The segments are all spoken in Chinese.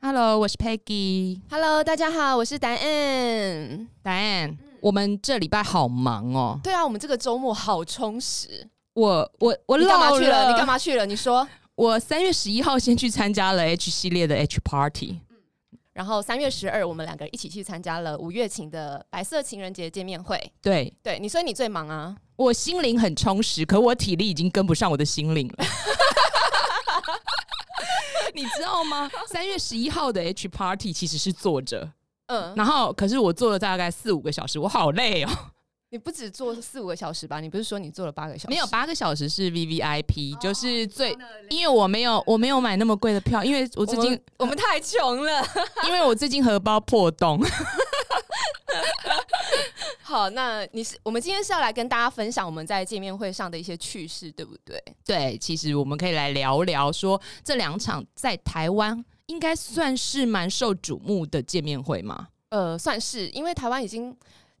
Hello，我是 Peggy。 Hello，大家好，我是达恩。 Diane，我们这礼拜好忙哦。对啊，我们这个周末好充实。我我我你干嘛老去了？你干？嘛去了？你说。我三月十一号先去参加了 H 系列的 H Party。然后三月十二，我们两个一起去参加了五月琴的白色情人节见面会。对对，你所以你最忙啊。我心灵很充实，可我体力已经跟不上我的心灵 了。你知道吗？三月十一号的 H Party 其实是坐着，嗯，然后可是我坐了大概四五个小时，我好累哦。你不止做四五个小时吧？你不是说你做了八个小时？ 没有，八个小时是 V V I P，、就是最，因为我没有我没有买那么贵的票，因为我我最最近近我们太穷了。 因为我最近荷包破洞， 好，那你是我们今天是要来跟大家分享我们在见面会上的一些趣事，对不对？对，其实我们可以来聊聊说这两场在台湾应该算是蛮受瞩目的见面会嘛。呃，算是，因为台湾已经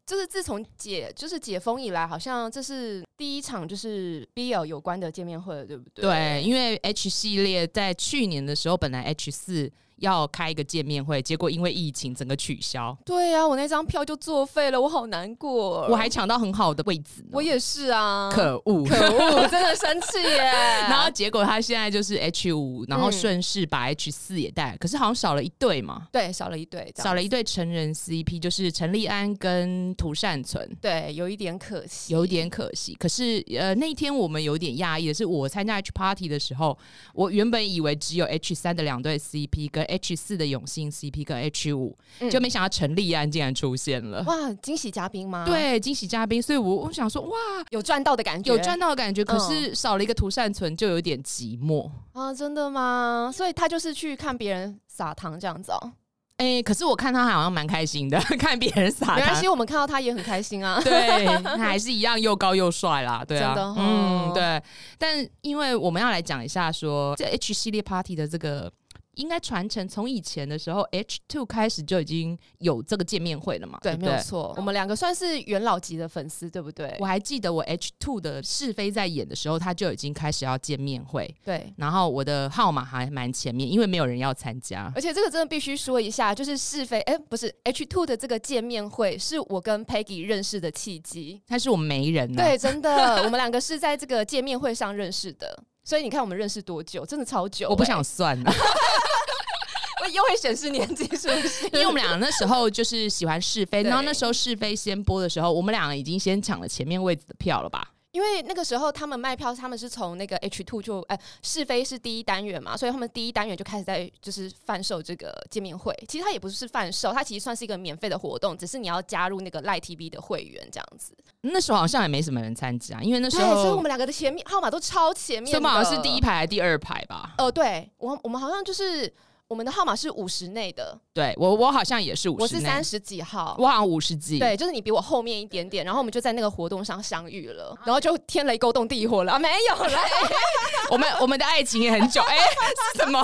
就是自从解就是解封以来，好像这是第一场就是 BL 有关的见面会了，对不对？对，因为 H 系列在去年的时候，本来 H 四要开一个见面会，结果因为疫情整个取消，对啊，我那张票就作废了，我好难过。我还抢到很好的位置呢，我也是啊，可恶。 可恶，真的生气耶。 然后结果他现在就是 H 五，然后嗯顺势把 H 四也带来，可是好像少了一对嘛，对少了一对，这样少了一对成人 CP，就是陈立安跟涂善存。对，有一点可惜，有点可惜。可是呃，那一天我们有点讶异的是，我参加 H Party 的时候，我原本以为只有 H 三的两对 CP 跟 H 四的永信 CP 跟 H 五、嗯就没想到陈立安竟然出现了。哇，惊喜嘉宾吗？，对，惊喜嘉宾，所以我我想说，哇，有赚到的感觉，有赚到的感觉，可嗯是少了一个涂善存，就有点寂寞。啊，真的吗？所以他就是去看别人撒糖这样子哦。哎、可是我看他好像蛮开心的， 看别人撒没关糖系，，我们看到他也很开心 啊。对，他还是一样又高又帅啦，对啊，真的哦嗯，对。但因为我们要来讲一下说，这 H 系列 Party 的这个应该传承，从以前的时候 H two 开始就已经有这个见面会了嘛，对对，不没对，有错，我们两个算是元老级的粉丝，对不对我？还记得我 H two 的是非在演的时候，他就已经开始要见面会，对。然后我的号码还蛮前面，因为没有人要参加。而且这个真的必须说一下，就是是非，哎、不是 H Two 的这个见面会，是我跟 Peggy 认识的契机。但是我们没人呢、对，真的，我们两个是在这个见面会上认识的，所以你看我们认识多久，真的超久、我不哎想，算了， 我又会显示年纪，是不 是？因为我们俩那时候就是喜欢是非，对然后那时候是非先播的时候，我们俩已经先抢了前面位置的票了吧？因为那个时候他们卖票，他们是从那个 H two 就哎、是非是第一单元嘛，所以他们第一单元就开始在就是贩售这个见面会。其实它也不是贩售，它其实算是一个免费的活动，只是你要加入那个赖 TV 的会员这样子。那时候好像也没什么人参加，因为那时对，候所以我们两个的前面号码都超前面所以的，我们好像是第一。排还是第二排吧？呃，对我我们好像就是我们的号码是五十内的，对我我好像也是五十，我是三，十几号。我好像五十几。对，就是你比我后面一点点，然后我们就在那个活动上相遇啊了，然后就天雷勾动地火了啊！没有啦，我们我们的爱情也很久，哎、 是什么？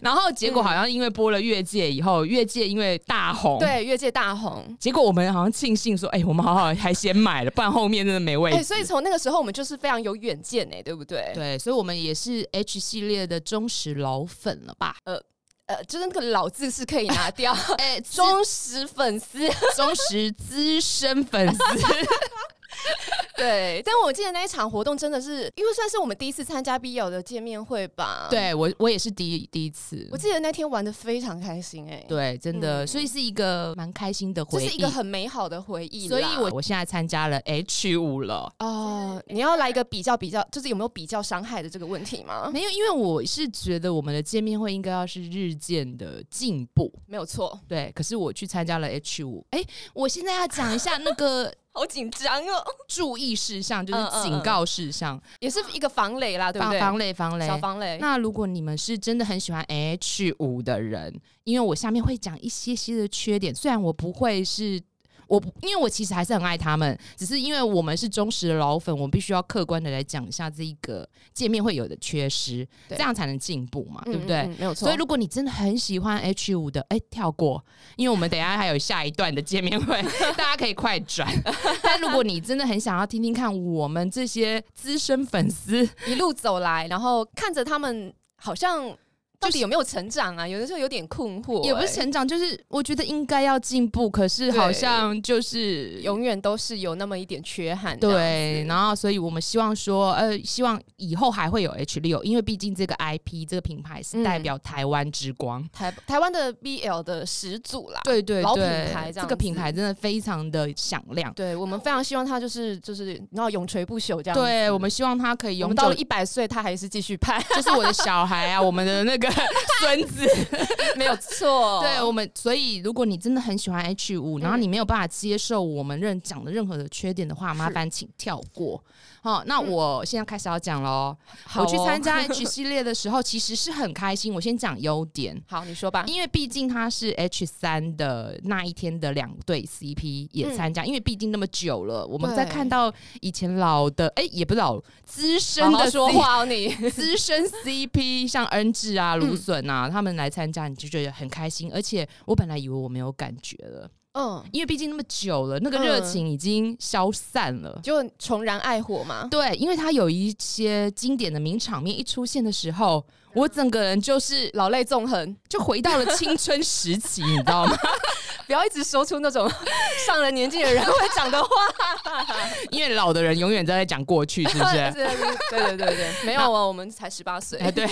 然后结果好像因为播了《越界》以后，《越界》因为大红，，对，越界大红，结果我们好像庆幸说，哎、我们好好还先买了，不然后面真的没位哎、置。所以从那个时候我们就是非常有远见哎、对不对？对，所以我们也是 H 系列的忠实老粉了 吧？呃，就是那个“老”字是可以 拿掉，哎、忠忠实粉丝。忠实资深粉丝，对，但我记得那一场活动真的是，因为算是我们第一次参加 BL 的见面会吧。， 对我我也是第一第一次，我记得那天玩的非常开心哎、，对，真的，嗯所以是一个蛮开心的这回忆。是一个很美好的回忆啦。所以我我现在参加了 H 五了。哦，你要来一个比较比较，就是有没有比较伤害的这个问题吗？没有，因为我是觉得我们的见面会应该要是日渐的进步，没有错，对。可是我去参加了 H 五，哎，我现在要讲一下那个好紧张 哦，注意事项，就嗯嗯是警嗯告事项，也是一个防雷啦，对不防对？防雷防雷小防雷，那如果你们是真的很喜欢 H 五的人，因为我下面会讲一些些的缺点，虽然我不会是。我不因为我其实还是很爱他们，只是因为我们是忠实的老粉，我们必须要客观的来讲一下这一个界面会有的缺失，这对样才能进步嘛，对不嗯对？嗯嗯没有错。所以如果你真的很喜欢 H 五的，哎、跳过，因为我们等一下还有下一段的见面 会，大家可以快转。但如果你真的很想要听听看我们这些资深粉丝 一路走来，然后看着他们好像到底有没有成长啊？有的时候有点困惑、也不是欸成长，就是我觉得应该要进步，可是好像就是哎永远都是有那么一点缺憾这样子。对，然后所以我们希望说，呃，希望以后还会有 H 六，因为毕竟这个 IP 这个品牌嗯是代表台湾之光。台台湾的 BL 的始祖啦。对对啊老品对牌，这样个品子牌真的非常的响亮。对我们非常希望他就是就是然后永垂不朽这样子。对我们希望它可以我永们到久了一百岁，他还是继 续拍，就是我的小孩啊，我们的那个 孙子，没有 错。对我们，所以如果你真的很喜欢 H 五，嗯然后你没有办法接受我们任讲的任何的缺点的话，麻烦请跳过。好、那我现在开始要讲喽。嗯好我去哦参 加 H 系列的时候，其实是很开心。我先讲优点。好，你说吧。因为毕竟它是 H 三的那一天的两对 CP 也参加，因为毕竟那么久了，我们在嗯对看到以前老的，哎、也不老，资深好好的说 CP 话哦，你资深 CP 像恩智啊、芦笋啊，他们来参加，你就觉得很开心。而且我本来以为我没有感觉了， 嗯，因为毕竟那么久了，那个热情已经消散了。就重燃爱火嘛。对，因为它有一些经典的名场面一出现的时候，我整个人就是老泪纵横，就回到了青春时期，你知道吗？ 不要一直说出那种 上了年纪的人会讲的话。因为老的人永远都在讲过 去，是不对是？对对对对，没有啊，我们才十八 岁。哎，对。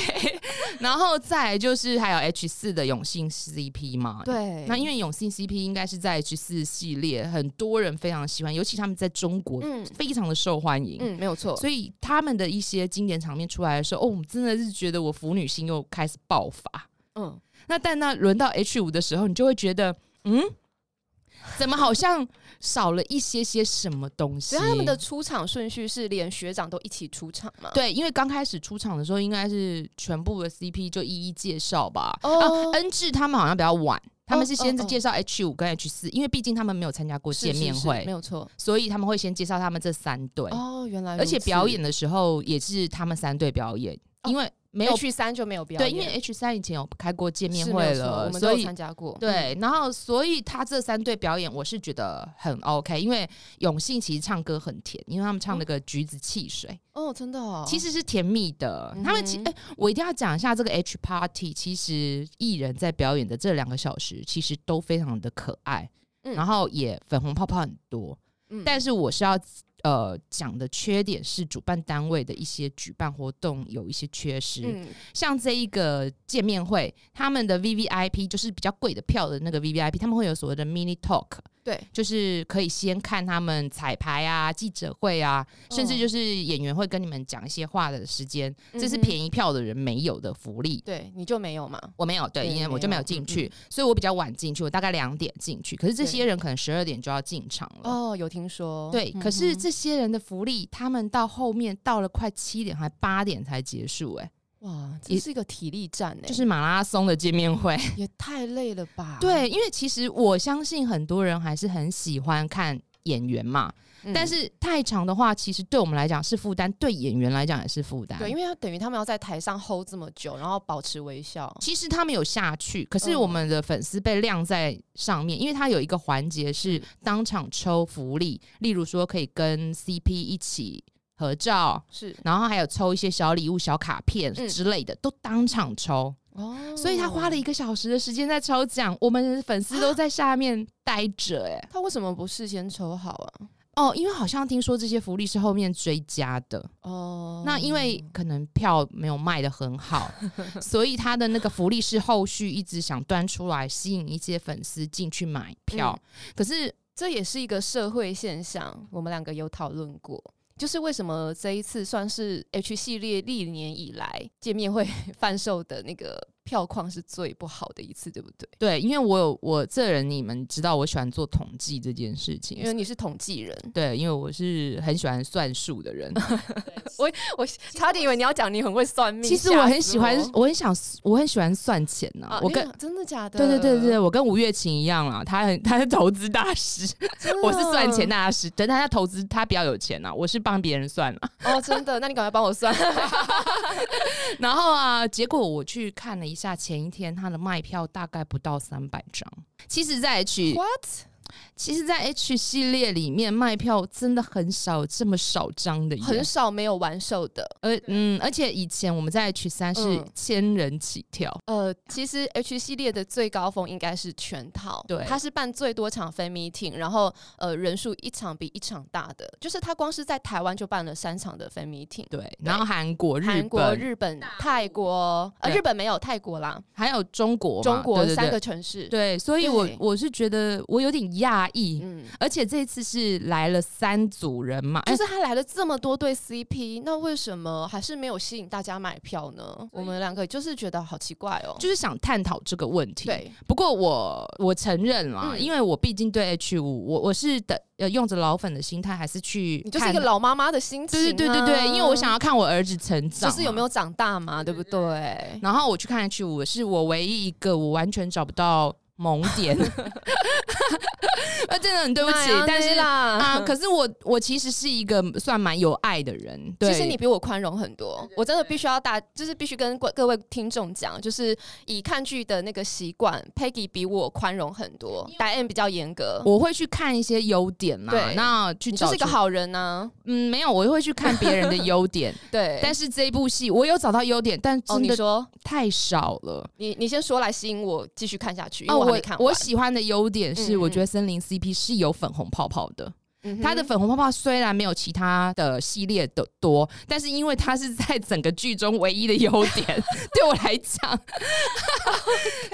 然后再来就是还有 H 四的永信 CP 嘛，对那因为永信 CP 应该是在 H 四系列很多人非常喜欢，尤其他们在中国嗯非常的受欢迎。嗯，没有错。所以他们的一些经典场面出来的时候，哦，我们真的是觉得我腐女心又开始爆发。嗯，那但那轮到 H 五的时候，你就会觉得，嗯，怎么好像少了一些些什么东西？所以他们的出场顺序是连学长都一起出场嘛？对，因为刚开始出场的时候，应该是全部的 CP 就一一介绍吧。哦啊，恩智他们好像比较晚，他们是先哦哦哦介绍 H 五跟 H 四，因为毕竟他们没有参加过是，见面是是会没，有错。所以他们会先介绍他们这三对，哦，原来如而且此表演的时候也是他们三对表演，哦因为没有 H 三就没有表对，演，因为 H 三以前有开过见面是没会有错我了，们所都有以参加过。嗯对，然后所以他这三对表演我是觉得很 OK，因为永信其实唱歌很甜，因为他们唱那个橘子汽水。嗯，哦，真的哦，其实是甜蜜的。嗯哼他们其哎、我一定要讲一下这个 H Party，其实艺人在表演的这两个小时，其实都非常的可爱，嗯然后也粉红泡泡很多。嗯但是我是要呃讲的缺点是，主办单位的一些举办活动有一些缺失，嗯，像这一个见面会，他们的 V V I P 就是比较贵的票的那个 V V I P，他们会有所谓的 mini talk。对，就是可以先看他们彩排啊、记者会啊，哦甚至就是演员会跟你们讲一些话的时间，这是嗯哼便宜票的人没有的福利。对，你就没有嘛？我没有，对，对因为没我就没有有进嗯去，所以我比较晚进去，我大概两点进去。可是这些人可能十二点就要进场了。哦，有听说，对，嗯可是哼这些人的福利，他们到后面到了快七点还八点才结束、欸，哇，也这是一个体力战哎，就是马拉松的见面会。 也太累了吧？对，因为其实我相信很多人还是很喜欢看演员嘛，嗯，但是太长的话，其实对我们来讲是负担，对演员来讲也是负担。对，因为为他等于他们要在台上 hold 这么久，然后保持微笑，其实他们有下去，可是我们的粉丝被晾在上面，因为他有一个环节是当场抽福利，例如说可以跟 CP 一起合照。是然后还有抽一些小礼物、小卡片嗯之类的，都当场抽，哦，所以他花了一个小时的时间在抽奖，我们的粉丝都在下面待着、欸，他为什么不事先抽好啊？哦，因为好像听说这些福利是后面追加的，哦，那因为可能票没有卖的很 好，所以他的那个福利是后续一直想端出来吸引一些粉丝进去买票。嗯可是这也是一个社会现象，我们两个有讨论过。就是为什么这一次算是 H 系列历年以来见面会 贩售的那个票况是最不好的一次，对不对？对，因为我有我这人，你们知道我喜欢做统计这件事因情。为你是统计 人，对，因为我是很喜欢算数的人，我差点以为你要讲 你很会算命。其实我很吓死喜欢，我很想，我很喜欢算钱呐、啊，我你跟有真的假的？对对对对，我跟吴月琴一样啦，她很 她是投资大师，真的，我是算嗯钱大师，等他投资他比较有钱啊，我是帮别人算啊。哦，真的，那你赶快帮我算。然后啊，结果我去看了一下，前一天他的卖票大概不到三百张。其实，在 H What？其实，在 H 系列里面卖票真的很少这么少张的耶，很少没有完售的。而嗯，而且以前我们在 H 三是嗯千人起跳，呃，其实 H 系列的最高峰应该是全套，对它是办最多场 fan meeting，然后呃人数一场比一场大的，就是它光是在台湾就办了三场的 fan meeting，对，然后韩国、日韩国、本，日本、泰国，呃对日本没有泰国啦，还有中国嘛，中国对对三对个城市，对，所以我对我是觉得我有点讶异，嗯，而且这次是来了三组人嘛，哎就是他来了这么多对 CP，那为什么还是没有吸引大家买票呢？我们两个就是觉得好奇怪哦，哎就是想探讨这个问题。对，不过我我承认啦，嗯因为我毕竟对 H 五，我我是的呃用着老粉的心态，还是去你就是看一个老妈妈的心情、啊，对对对对对，因为我想要看我儿子成长就嘛，是有没有长大嘛，对不对？然后我去看 H 五，是我唯一一个我完全找不到萌点。 啊，真的很对不起哪样，但是呢啦，啊，可是我我其实是一个算蛮有爱的人。对其实你比我宽容很多，我真的必须要大，就是必须跟各各位听众讲，就是以看剧的那个习惯，Peggy 比我宽容很多，Diane 比较严格，我会去看一些优点嘛，对那去你就找是一个出好人呐、嗯，没有，我会去看别人的优点， 对。但是这一部戏我有找到优点，但哦，真你的说太少了。你你先说来吸引我继续看下去，因为哦，我还我没看完。我喜欢的优点是，嗯嗯我觉得森林 CP 是有粉红泡泡的。嗯哼它的粉红泡泡虽然没有其他的系列的多，但是因为它是在整个剧中唯一的优 点，对我来讲，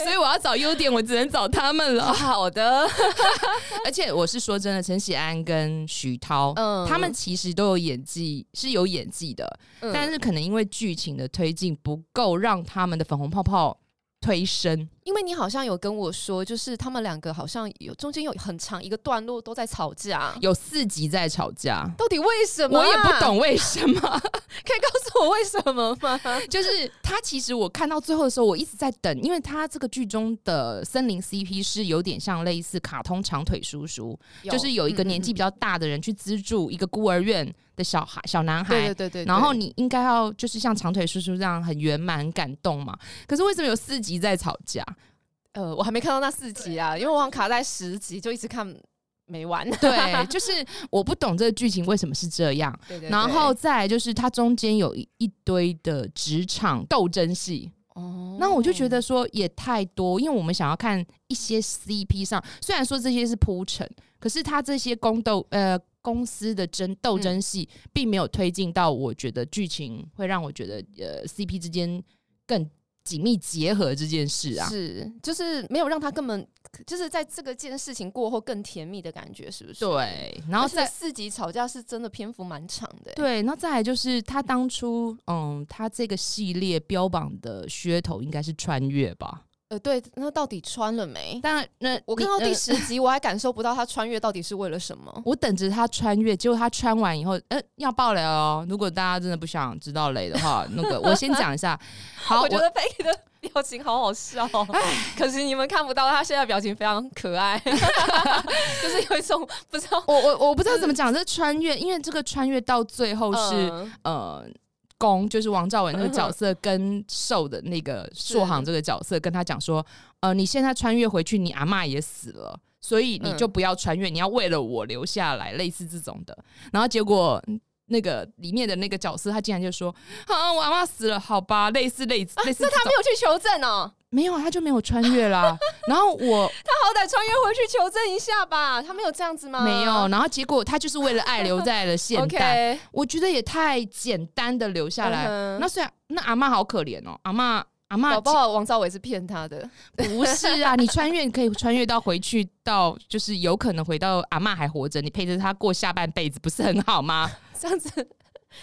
所以我要找优点，我只能找他们了。好的， 而且我是说真的，陈喜安跟徐涛，嗯他们其实都有演技，是有演技的，嗯但是可能因为剧情的推进不够，让他们的粉红泡泡推升。因为你好像有跟我说，就是他们两个好像有中间有很长一个段落都在吵架，有四集在吵架，到底为什么、啊我也不， 懂为什么。可以告诉我为什么吗？ 就是他，其实我看到最后的时候，我一直在等，因为他这个剧中的森林 CP 是有点像类似卡通长腿叔叔，就是有一个嗯年纪比较大的人去资助一个孤儿院的小孩小男孩，对对对对，然后你应该要就是像长腿叔叔这样很圆满感动嘛。可是为什么有四集在吵 架？呃，我还没看到那四集啊，因为我好像卡在十集，就一直看没完。对，就是我不懂这个剧情为什么是这样。对 对然后再来就是它中间有一一堆的职场斗争戏，哦那我就觉得说也太多，因为我们想要看一些 CP 上，虽然说这些是铺陈，可是它这些宫斗呃公司的争嗯斗争戏，并没有推进到我觉得剧情会让我觉得呃 CP 之间更紧密结合这件事啊。是就是没有让他根本就是在这个件事情过后更甜蜜的感觉，是不是？，对，然然后后再在四集吵架是真的篇幅蛮长的、欸。对，那再来就是他当初嗯，他这个系列标榜的噱头应该是穿越吧？呃，对，那到底穿了没？当然，那我你看到呃第十集，我还感受不到他穿越到底是为了什么。我等着他穿越，结果他穿完以后，呃，要爆雷哦！如果大家真的不想知道雷的话，那个我先讲一 下。好，我我觉得 Peggy 的表情好好笑、哦，可惜你们看不到，他现在表情非常可 爱，就是有一种不知道我我我不知道怎么讲这穿越，因为这个穿越到最后是、嗯呃。公就是王兆伟那个角色跟瘦的那个硕航这个角色跟他讲说，呃，你现在穿越回去，你阿嬷也死了，所以你就不要穿越，你要为了我留下来，类似这种的。然后结果那个里面的那个角色，他竟然就说，啊，我阿嬷死了，好吧，类似类似类似这种他没有去求证哦，啊没有啊，他就没有穿越啦。 然后我好歹穿越回去求证一下吧，他没有这样子吗？没有，然后结果他就是为了爱留在了现代。 ，OK，我觉得也太简单的留下来。嗯哼那虽然那阿嬷好可怜哦，阿嬷阿搞嬷不好王兆伟是骗他的，不是 啊，你穿越可以穿越到回去到，就是有可能回到阿嬷还活着，你陪着她过下半辈子，不是很好 吗？这样子，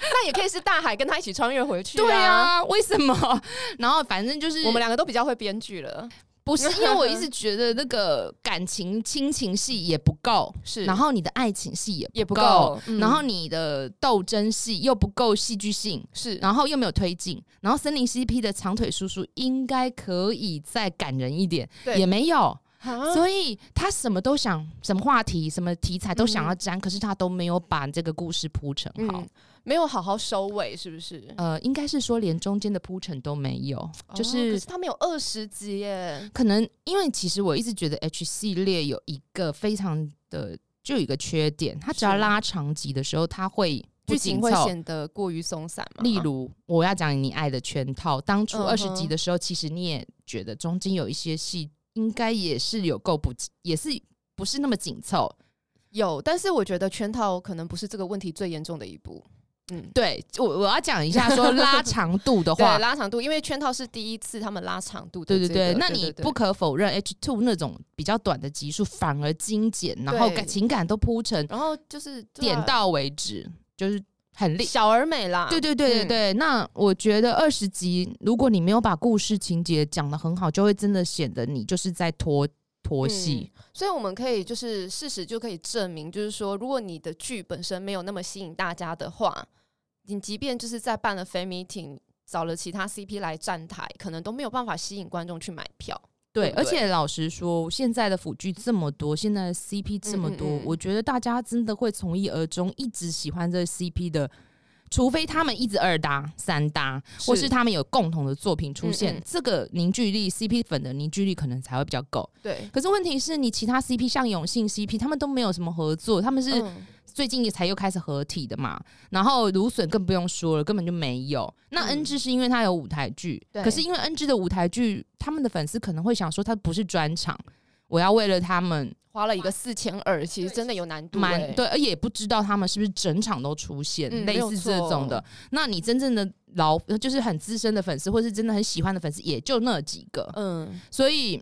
那也可以是大海跟他一起穿越回去、对啊。啊，为什么？ 然后反正就是我们两个都比较会编剧了，不 是，因为我一直觉得那个感情亲情戏也不够，是然后你的爱情戏也也不够，够嗯然后你的斗争戏又不够戏剧性，是然后又没有推进，然后森林 CP 的长腿叔叔应该可以再感人一点，对也没有。啊，嗯所以他什么都想，什么话题、什么题材都想要沾，可是他都没有把这个故事铺成好嗯。，没有好好收尾，是不是？呃，应该是说连中间的铺陈都没有，嗯就哦可是是他们有二十集耶，可能因为其实我一直觉得 H 系列有一个非常的就有一个缺点，它只要是拉长集的时候，它会不剧情紧会凑显得过于松散嘛？例如，我要讲你爱的圈套，当初嗯哼二十集的时候，其实你也觉得中间有一些戏应该也是有够不，也是不是那么紧凑。有，但是我觉得圈套可能不是这个问题最严重的一步。嗯，对我我要讲一下说 拉长度的对，话，拉长度，因为圈套是第一次他们拉长度的对这对对，个、对那你不可否认，H two 那种比较短的集数反而精简，然后感情感都铺成然后就是对啊点到为止，就是很厉。小而美啦，对对对对嗯对，那我觉得二十集，如果你没有把故事情节讲得很好，就会真的显得你就是在拖拖戏。嗯所以我们可以就是事实就可以证明，就是说，如果你的剧本身没有那么吸引大家的话，你即便就是在办了 fan meeting，找了其他 CP 来站台，可能都没有办法吸引观众去买票。对，对不而对且老实说，现在的腐剧这么多，现在的 CP 这么多，嗯嗯嗯我觉得大家真的会从一而终，一直喜欢这个 CP 的，除非他们一直二搭、三搭，或是他们有共同的作品出现，嗯嗯这个凝聚力 CP 粉的凝聚力可能才会比较够。对，可是问题是你其他 CP 像永信 CP，他们都没有什么合作，他们是嗯最近也才又开始合体的嘛。然后芦笋更不用说了，根本就没有。那嗯 N G 是因为他有舞台剧，对可是因为 N G 的舞台剧，他们的粉丝可能会想说，他不是专场，我要为了他们花了一个四千二，其实真的有难度、蛮欸。对，而也不知道他们是不是整场都出现、嗯类似这种的。那你真正的老就是很资深的粉丝，或是真的很喜欢的粉丝，也就那几个，嗯，所以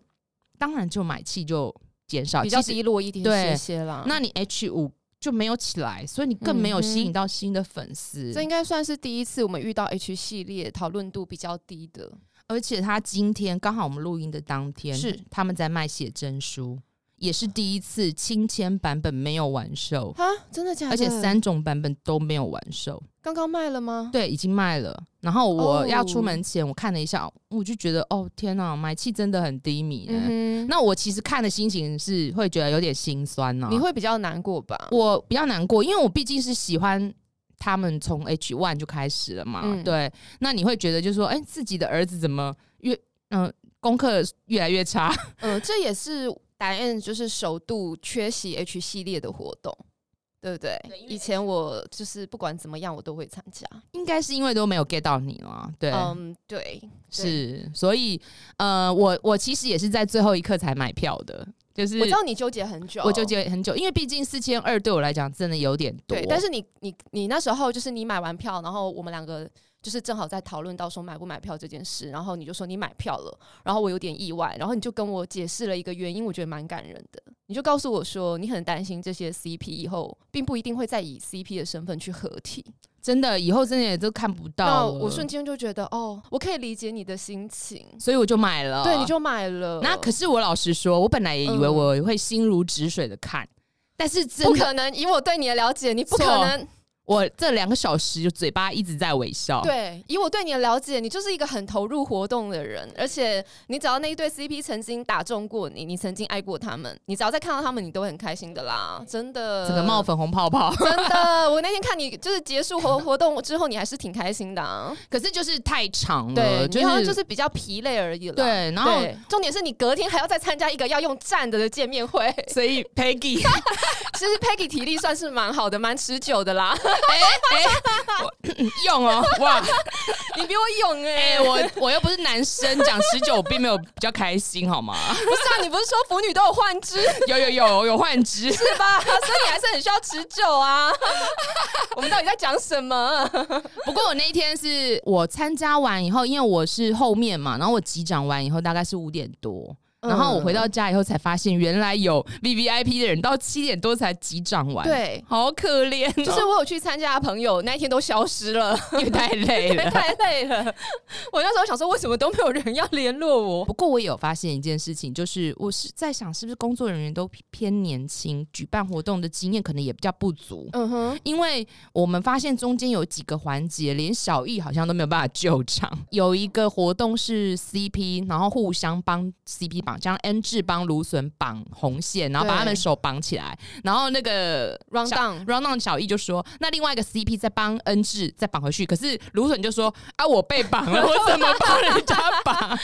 当然就买气就减少，比较啊其实低落一点对些些啦。那你 H 五就没有起来，所以你更嗯没有吸引到新的粉丝。这应该算是第一次我们遇到 H 系列讨论度比较低的。而且他今天刚好我们录音的当天，是他们在卖写真书，也是第一次亲签版本没有完售，啊，真的假的？而且三种版本都没有完售，刚刚卖了吗？对，已经卖了。然后我哦要出门前，我看了一下，我就觉得哦天呐，买气真的很低迷、欸。嗯哼，那我其实看的心情是会觉得有点心酸啊呐、你会比较难过吧？我比较难过，因为我毕竟是喜欢他们从 H one 就开始了嘛。嗯对，那你会觉得就是说，哎、自己的儿子怎么越嗯、功课越来越差？ 嗯，这也是 Diane 就是首度缺席 H 系列的活动，对不对？以前我就是不管怎么样，我都会参加。应该是因为都没有 get 到你了。对，嗯，对，是，所以呃，我我其实也是在最后一刻才买票的，就是我知道你纠结很久，我纠。结很久，因为毕竟四千二对我来讲真的有点多。对，但是你你你那时候就是你买完票，然后我们两个就是正好在讨论到说买不买票这件事，然后你就说你买票了，然后我有点意外，然后你就跟我解释了一个原因，我觉得蛮感人的。你就告诉我说你很担心这些 CP 以后并不一定会再以 CP 的身份去合体，真的以后真的也都看不那到了，我瞬间就觉得，哦，我可以理解你的心情，所以我就买了。对，你就买了。啊那可是我老实说，我本来也以为我会心如止水的看，但是真不的，可能，以我对你的了解，你不可错能。我这两个小时嘴巴一直在微笑。，对，以我对你的了解，你就是一个很投入活动的人，而且你只要那一对 CP 曾经打中过你，你曾经爱过他们，你只要再看到他们，你都会很开心的啦，真的。整个冒粉红泡 泡。真的，我那天看你就是结束活活动之后，你还是挺开心的、啊，可是就是太长对了，，你好像是嗯呃就是比较疲累而已了。对，然对，后重点是你隔天还要再参加一个要用站的见面会， 所以 Peggy，其实 Peggy 体力算是蛮好的，蛮持久的啦。 用哦，哇，你比我勇哎、哎、我我又不是男生，讲持久我并没有比较开心，好吗？不是啊，你不是说腐女都有幻肢是有有有有换值，吧？所以你还是很需要持久 啊。我们到底在讲什么？不过我那一天是我参加完以后，因为我是后面嘛，然后我集长完以后大概是五点多，嗯然后我回到家以后才发现，原来有 V V I P 的人到七点多才集长完，，对。好可怜、哦，就是我有去参加的朋友，那一天都消失了， 因为太累因为了。 太累了。我那时候想说，为什么都没有人要联络我？不过我也有发现一件事情，就是我是在想，是不是工作人员都偏年轻，举办活动的经验可能也比较不足。嗯哼，因为我们发现中间有几个环节，连小易好像都没有办法救场。有一个活动是 CP，然后互相帮 CP 绑，将 N 志帮芦笋绑红线，然后把对他们手绑起来，然后那个 round 小 down。 round down 小易就说，那另外一个 CP 再帮恩智再绑回去，可是芦笋就说啊，我被绑了，我怎么帮人家绑？，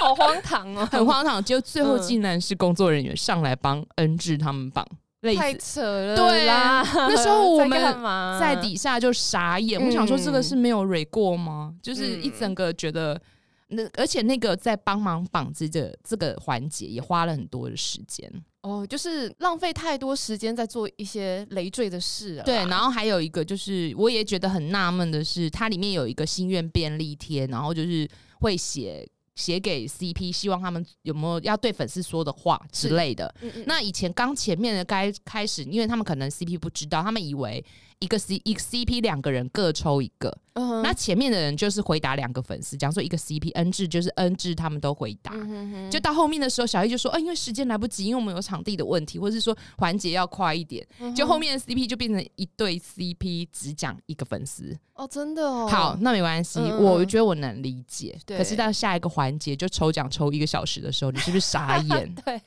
好荒唐哦 很荒唐。结果最后竟然是工作人员上来帮恩智他们绑，类太似扯了。对啦，那时候我们在干嘛在底下就傻眼。嗯我想说，这个是没有蕊过吗？就是一嗯整个觉得。那而且那个在帮忙绑这个这个环节也花了很多的时间，哦，就是浪费太多时间在做一些累赘的事了啦。对，然后还有一个就是，我也觉得很纳闷的是，它里面有一个心愿便利贴，然后就是会写写给 CP，希望他们有没有要对粉丝说的话之类的。嗯嗯那以前刚前面的该开始，因为他们可能 CP 不知道，他们以为一个 C 一个 CP 两个人各抽一个，嗯哼那前面的人就是回答两个粉丝，讲说一个 CP N 制就是 N 制，他们都回答。嗯哼哼就到后面的时候，小易就说：“啊、因为时间来不及，因为我们有场地的问题，或是说环节要快一点。”嗯哼就后面的 CP 就变成一对 CP 只讲一个粉丝。哦，真的哦，好，，那没关系，嗯嗯嗯我觉得我能理解。对？可是到下一个环节就抽奖抽一个小时的时候，你是不是傻眼 对，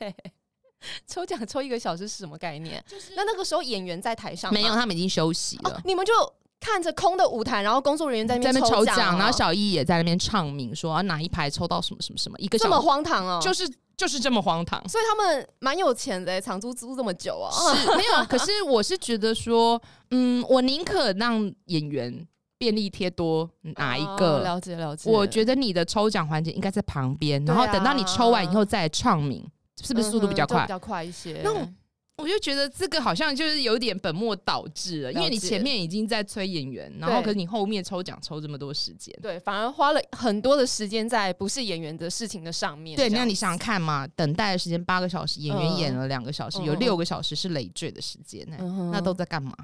抽奖抽一个小时是什么概念？那那个时候演员在台上吗没有，他们已经休息了。哦，你们就看着空的舞台，然后工作人员在在那那边边抽奖奖，哦，然后小易也在那边唱名说、啊、哪一排抽到什么什么什么，一个这小么荒唐哦，。就是就是这么荒唐所以他们蛮有钱的，长租租这么久啊，是没有，可是我是觉得说，嗯，我宁可让演员便利贴多拿一个，哦了解了解，我觉得你的抽奖环节应该在旁边，对然啊后等到你抽完以后再来唱名，是是不是速度比较快嗯比？较快一些。那种我就觉得这个好像就是有点本末倒置了，因为你了解前面已经在催演员，然后可是你后面抽奖抽这么多时间。对，反而花了很多的时间在不是演员的事情的上面。对，这样那你想想看嘛，等待的时间八个小时，演员嗯演了两个小时，有嗯嗯六个小时是累赘的时间呢、嗯哼那都在干 嘛？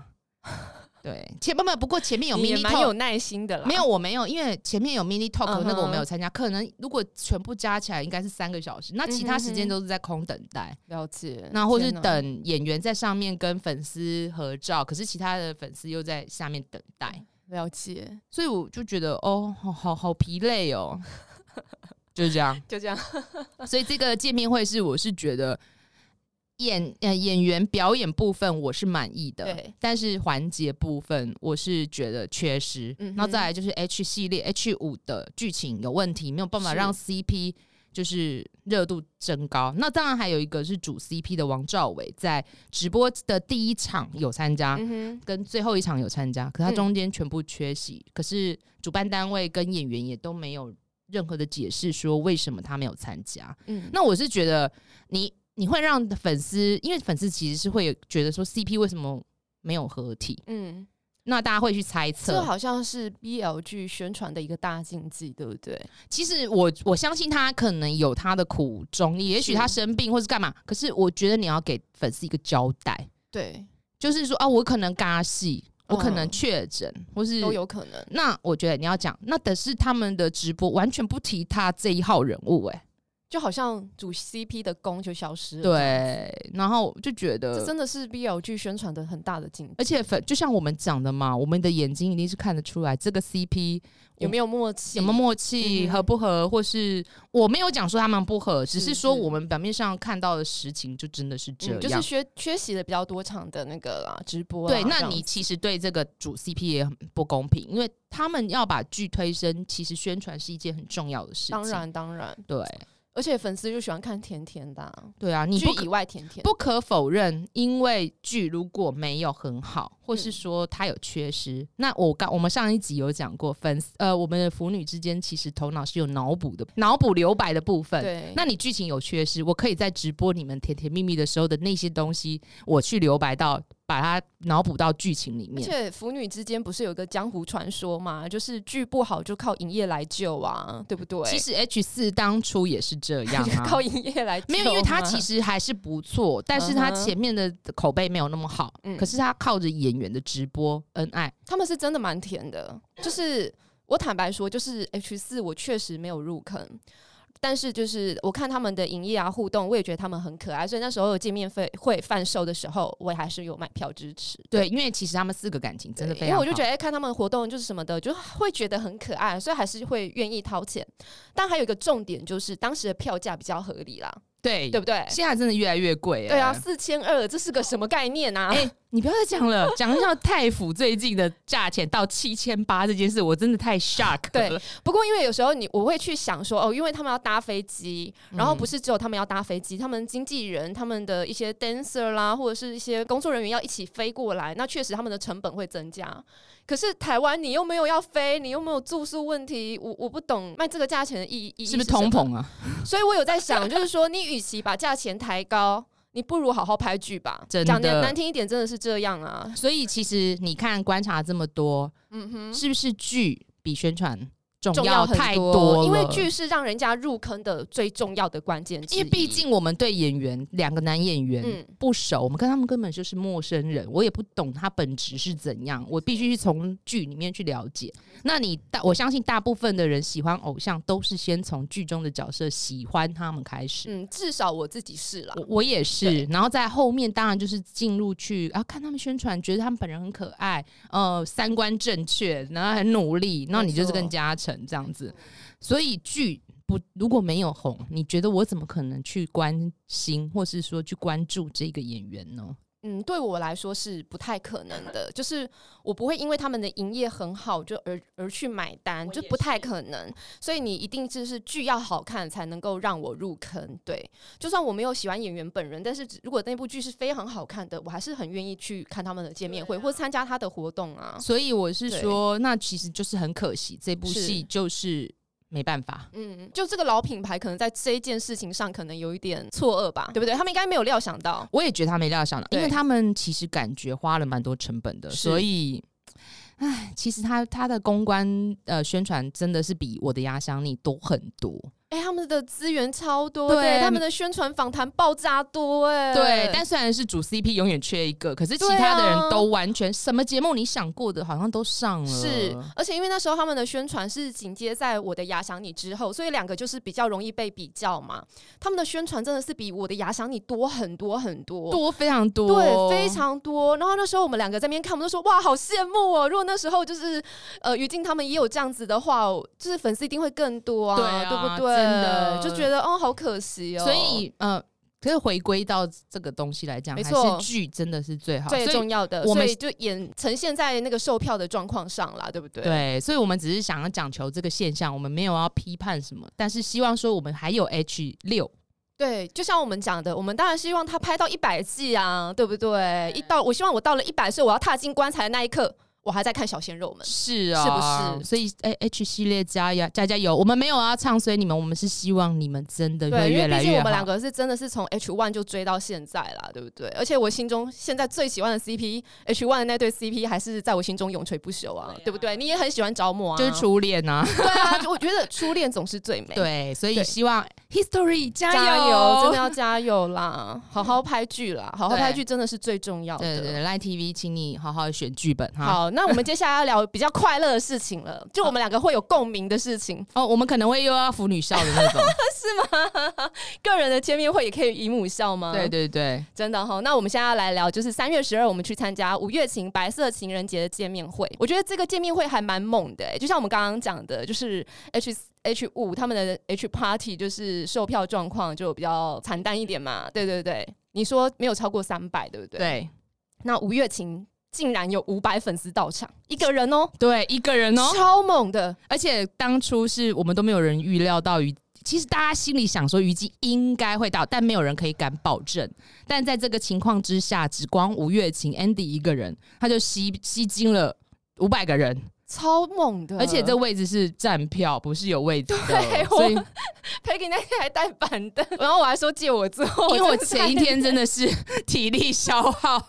对，前不不，不过前面有你也 mini 蛮 talk 有耐心的啦。没有，我没有，因为前面有 mini talk，、嗯哼那个我没有参加。可能如果全部加起来，应该是三个小时，那其他时间嗯哼都是在空等待，了解，那或是天哪等演员在上面跟粉丝合照，可是其他的粉丝又在下面等待，了解，所以我就觉得哦，好好好疲累哦，就是这样。就这样。所以这个见面会是，我是觉得。演呃演员表演部分我是满意的对，但是环节部分我是觉得缺失。嗯哼然后再来就是 H 系列 H 五的剧情有问题，没有办法是让 CP 就是热度增高。那当然还有一个是主 CP 的王兆伟在直播的第一场有参加，嗯跟最后一场有参加，可他嗯中间全部缺席。可是主办单位跟演员也都没有任何的解释，说为什么他没有参加。哼，嗯，那我是觉得你你会让粉丝，因为粉丝其实是会有觉得说 CP 为什么没有合体，嗯，那大家会去猜这测。好像是啊 BL 剧宣传的一个大禁忌，对不对？其实我我相信他可能有他的苦衷，也许是他生病或是干嘛。可是我觉得你要给粉丝一个交代，对，就是说啊，我可能尬戏，我可能嗯确诊，或是都有可能。那我觉得你要讲，那但是他们的直播完全不提他这一号人物、欸，就好像主 CP 的功就消失了。，对，呃然后我就觉这得，真的是 BL 剧宣传的很大的进步。而且粉就像我们讲的嘛，我们的眼睛一定是看得出来这个 CP 有没有默契？有没有默契、嗯哼合不合，或是我没有讲说他们不合，只是是说是我们表面上看到的实情就真的是这嗯样。就是缺缺席了比较多场的那个啦直播啦。啊对，这那样你其实对这个主 CP 也很不公平，因为他们要把剧推升，其实宣传是一件很重要的事情。当，然当然，对而且粉丝就喜欢看甜甜的啊、对啊，你剧不可以外甜甜。不可否认，因为剧如果没有很好，或嗯是说它有缺失，那我刚我们上一集有讲过，粉丝呃，我们的腐女之间其实头脑是有脑补的，脑补留白的部分。对，那你剧情有缺失，我可以在直播你们甜甜蜜蜜的时候的那些东西，我去留白到把它脑补到剧情里而面。且腐女之间不是有一个江湖传说嘛，就是剧不好就靠营业来救啊，对不对？其 实 H 四当初也是这样啊，哎靠营业来救嘛，没有，因为他其实还是不错，但是他嗯哼前面的口碑没有那么好。嗯可是他靠着演员的直播恩爱，他们是真的蛮甜的，就是我坦白说，就是 H 四我确实没有入坑，但是就是我看他们的营业啊互动，我也觉得他们很可爱，所以那时候有见面会会贩售的时候，我也还是有买票支持。对，因为其实他们四个感情真的非对常因为好，我就觉得、哎看他们活动就是什么的，就会觉得很可爱，所以还是会愿意掏钱。但还有一个重点就是，当时的票价比较合理啦，对对不对？现在真的越来越贵、欸，对啊，四千二，这是个什么概念啊？哎、你不要再讲 了，讲一下泰府最近的价钱到七千八这件事，我真的太 shock 对了。不过因为有时候你我会去想说，哦，因为他们要搭飞机，然后嗯不是只有他们要搭飞机，他们经纪人、他们的一些 dancer 啦，或者是一些工作人员要一起飞过来，那确实他们的成本会增加。可是台湾你又没有要飞，你又没有住宿问题，我我不懂卖这个价钱的意义意义是不是什么通？膨啊？所以我有在想，就是说你与其把价钱抬高。你不如好好拍剧吧，真的讲的难听一点，真的是这样啊。所以其实你看观察这么多，嗯哼，是不是剧比宣传重重要很太多，多了？因为剧是让人家入坑的最重要的关键之一。因为毕，竟我们对演员两个男演员。嗯，不熟，我们跟他们根本就是陌生人，我也不懂他本质是怎样，我必须去从剧里面去了解。那你大，我相信大部分的人喜欢偶像都是先从剧中的角色喜欢他们开始。嗯，至少我自己是啦。我我也是，然后在后面当然就是进入去啊，看他们宣传，觉得他们本人很可爱，呃，三观正确，然后很努力，那你就是更加成这样子。所以剧不如果没有红，你觉得我怎么可能去关心，或是说去关注这个演员呢？嗯，对我来说是不太可能 的，就是我不会因为他们的营业很好就而而去买单，我就也不太可能。所以你一定就是剧要好看才能够让我入坑。对，就算我没有喜欢演员本人，但是只如果那部剧是非常好看的，我还是很愿意去看他们的见面会、或参加他的活动啊。所以我啊是对说，那其实就是很可惜，这部是戏就是没办法。嗯，就这个老品牌可能在这一件事情上可能有一点错愕吧，对不对？他们应该没有料想到。我也觉得他没料想到，因为对他们其实感觉花了蛮多成本的，是所以，唉，其实他他的公关呃宣传真的是比我的压箱你多很多。哎、他们的资源超多的，对他们的宣传访谈爆炸多、哎，对，但虽然是主 CP 永远缺一个，可是其对他啊的人都完全、什么节目你想过的，好像都上了。是，而且因为那时候他们的宣传是紧接在我的牙想你之后，所以两个就是比较容易被比较嘛。他们的宣传真的是比我的牙想你多很多很多，多非常多，对，非。常多。然后那时候我们两个在那边看，我们都说哇，好羡慕哦！如果那时候就是呃，于静他们也有这样子的话，哦就是粉丝一定会更多啊，对啊不对？真的就觉得哦，好可惜哦。所以呃，可是回归到这个东西来讲，没还错是剧真的是最好，最所以重要的，我们所以就演呈现在那个售票的状况上啦，对不对？对，所以我们只是想要讲求这个现象，我们没有要批判什么，但是希望说我们还有 H 六，对，就像我们讲的，我们当然希望他拍到一百季啊，对不对？一到我希望我到了一百岁，我要踏进棺材的那一刻，我还在看小鲜肉们。是啊是不是？所以哎、h 系列加呀加加油，啊我们没有要唱衰你们，我们是希望你们真的对，会因越为来毕竟越我们两好。个是真的是从 H One 就追到现在啦，对不对？而且我心中现在最喜欢的 CP H One 的那对 CP 还是在我心中永垂不朽啊，对不对？你也很喜欢着魔啊，就是初恋 啊，对啊，就我觉得初恋总是最 美。对，所以对希望 History 加油，加油，真的要加油啦！ 好好拍剧啦，好好拍剧真的是最重要对对的。对，Line TV，请你好好选剧本哈。好，那我们接下来要聊比较快乐的事情了， 就我们两个会有共鸣的事情，哦，我们可能会又要腐女笑的那 种，个人的见面会也可以以母笑吗？对对对，真的哈，那我们现在要来聊，就是三月十二我们去参加五月情白色情人节的见面会。我觉得这个见面会还蛮猛的、欸，就像我们刚刚讲的，就是 H H 五他们的 H Party 就是售票状况就比较惨淡一点嘛。对对对，你说没有超过三百，对不对？。对那五月情竟然有五百粉丝到场，一个人哦、对，一个人哦，超猛的。而且当初是我们都没有人预料到于，其实大家心里想说虞姬应该会到，但没有人可以敢保证。但在这个情况之下，只光吴月琴 Andy 一个人，他就吸吸金了。五百个人，超猛的，而且这位置是站票，不是有位置对的，我所以 Peggy 那天还带板凳，然后我还说借我坐，因为我真的 前一天真的是体力消耗，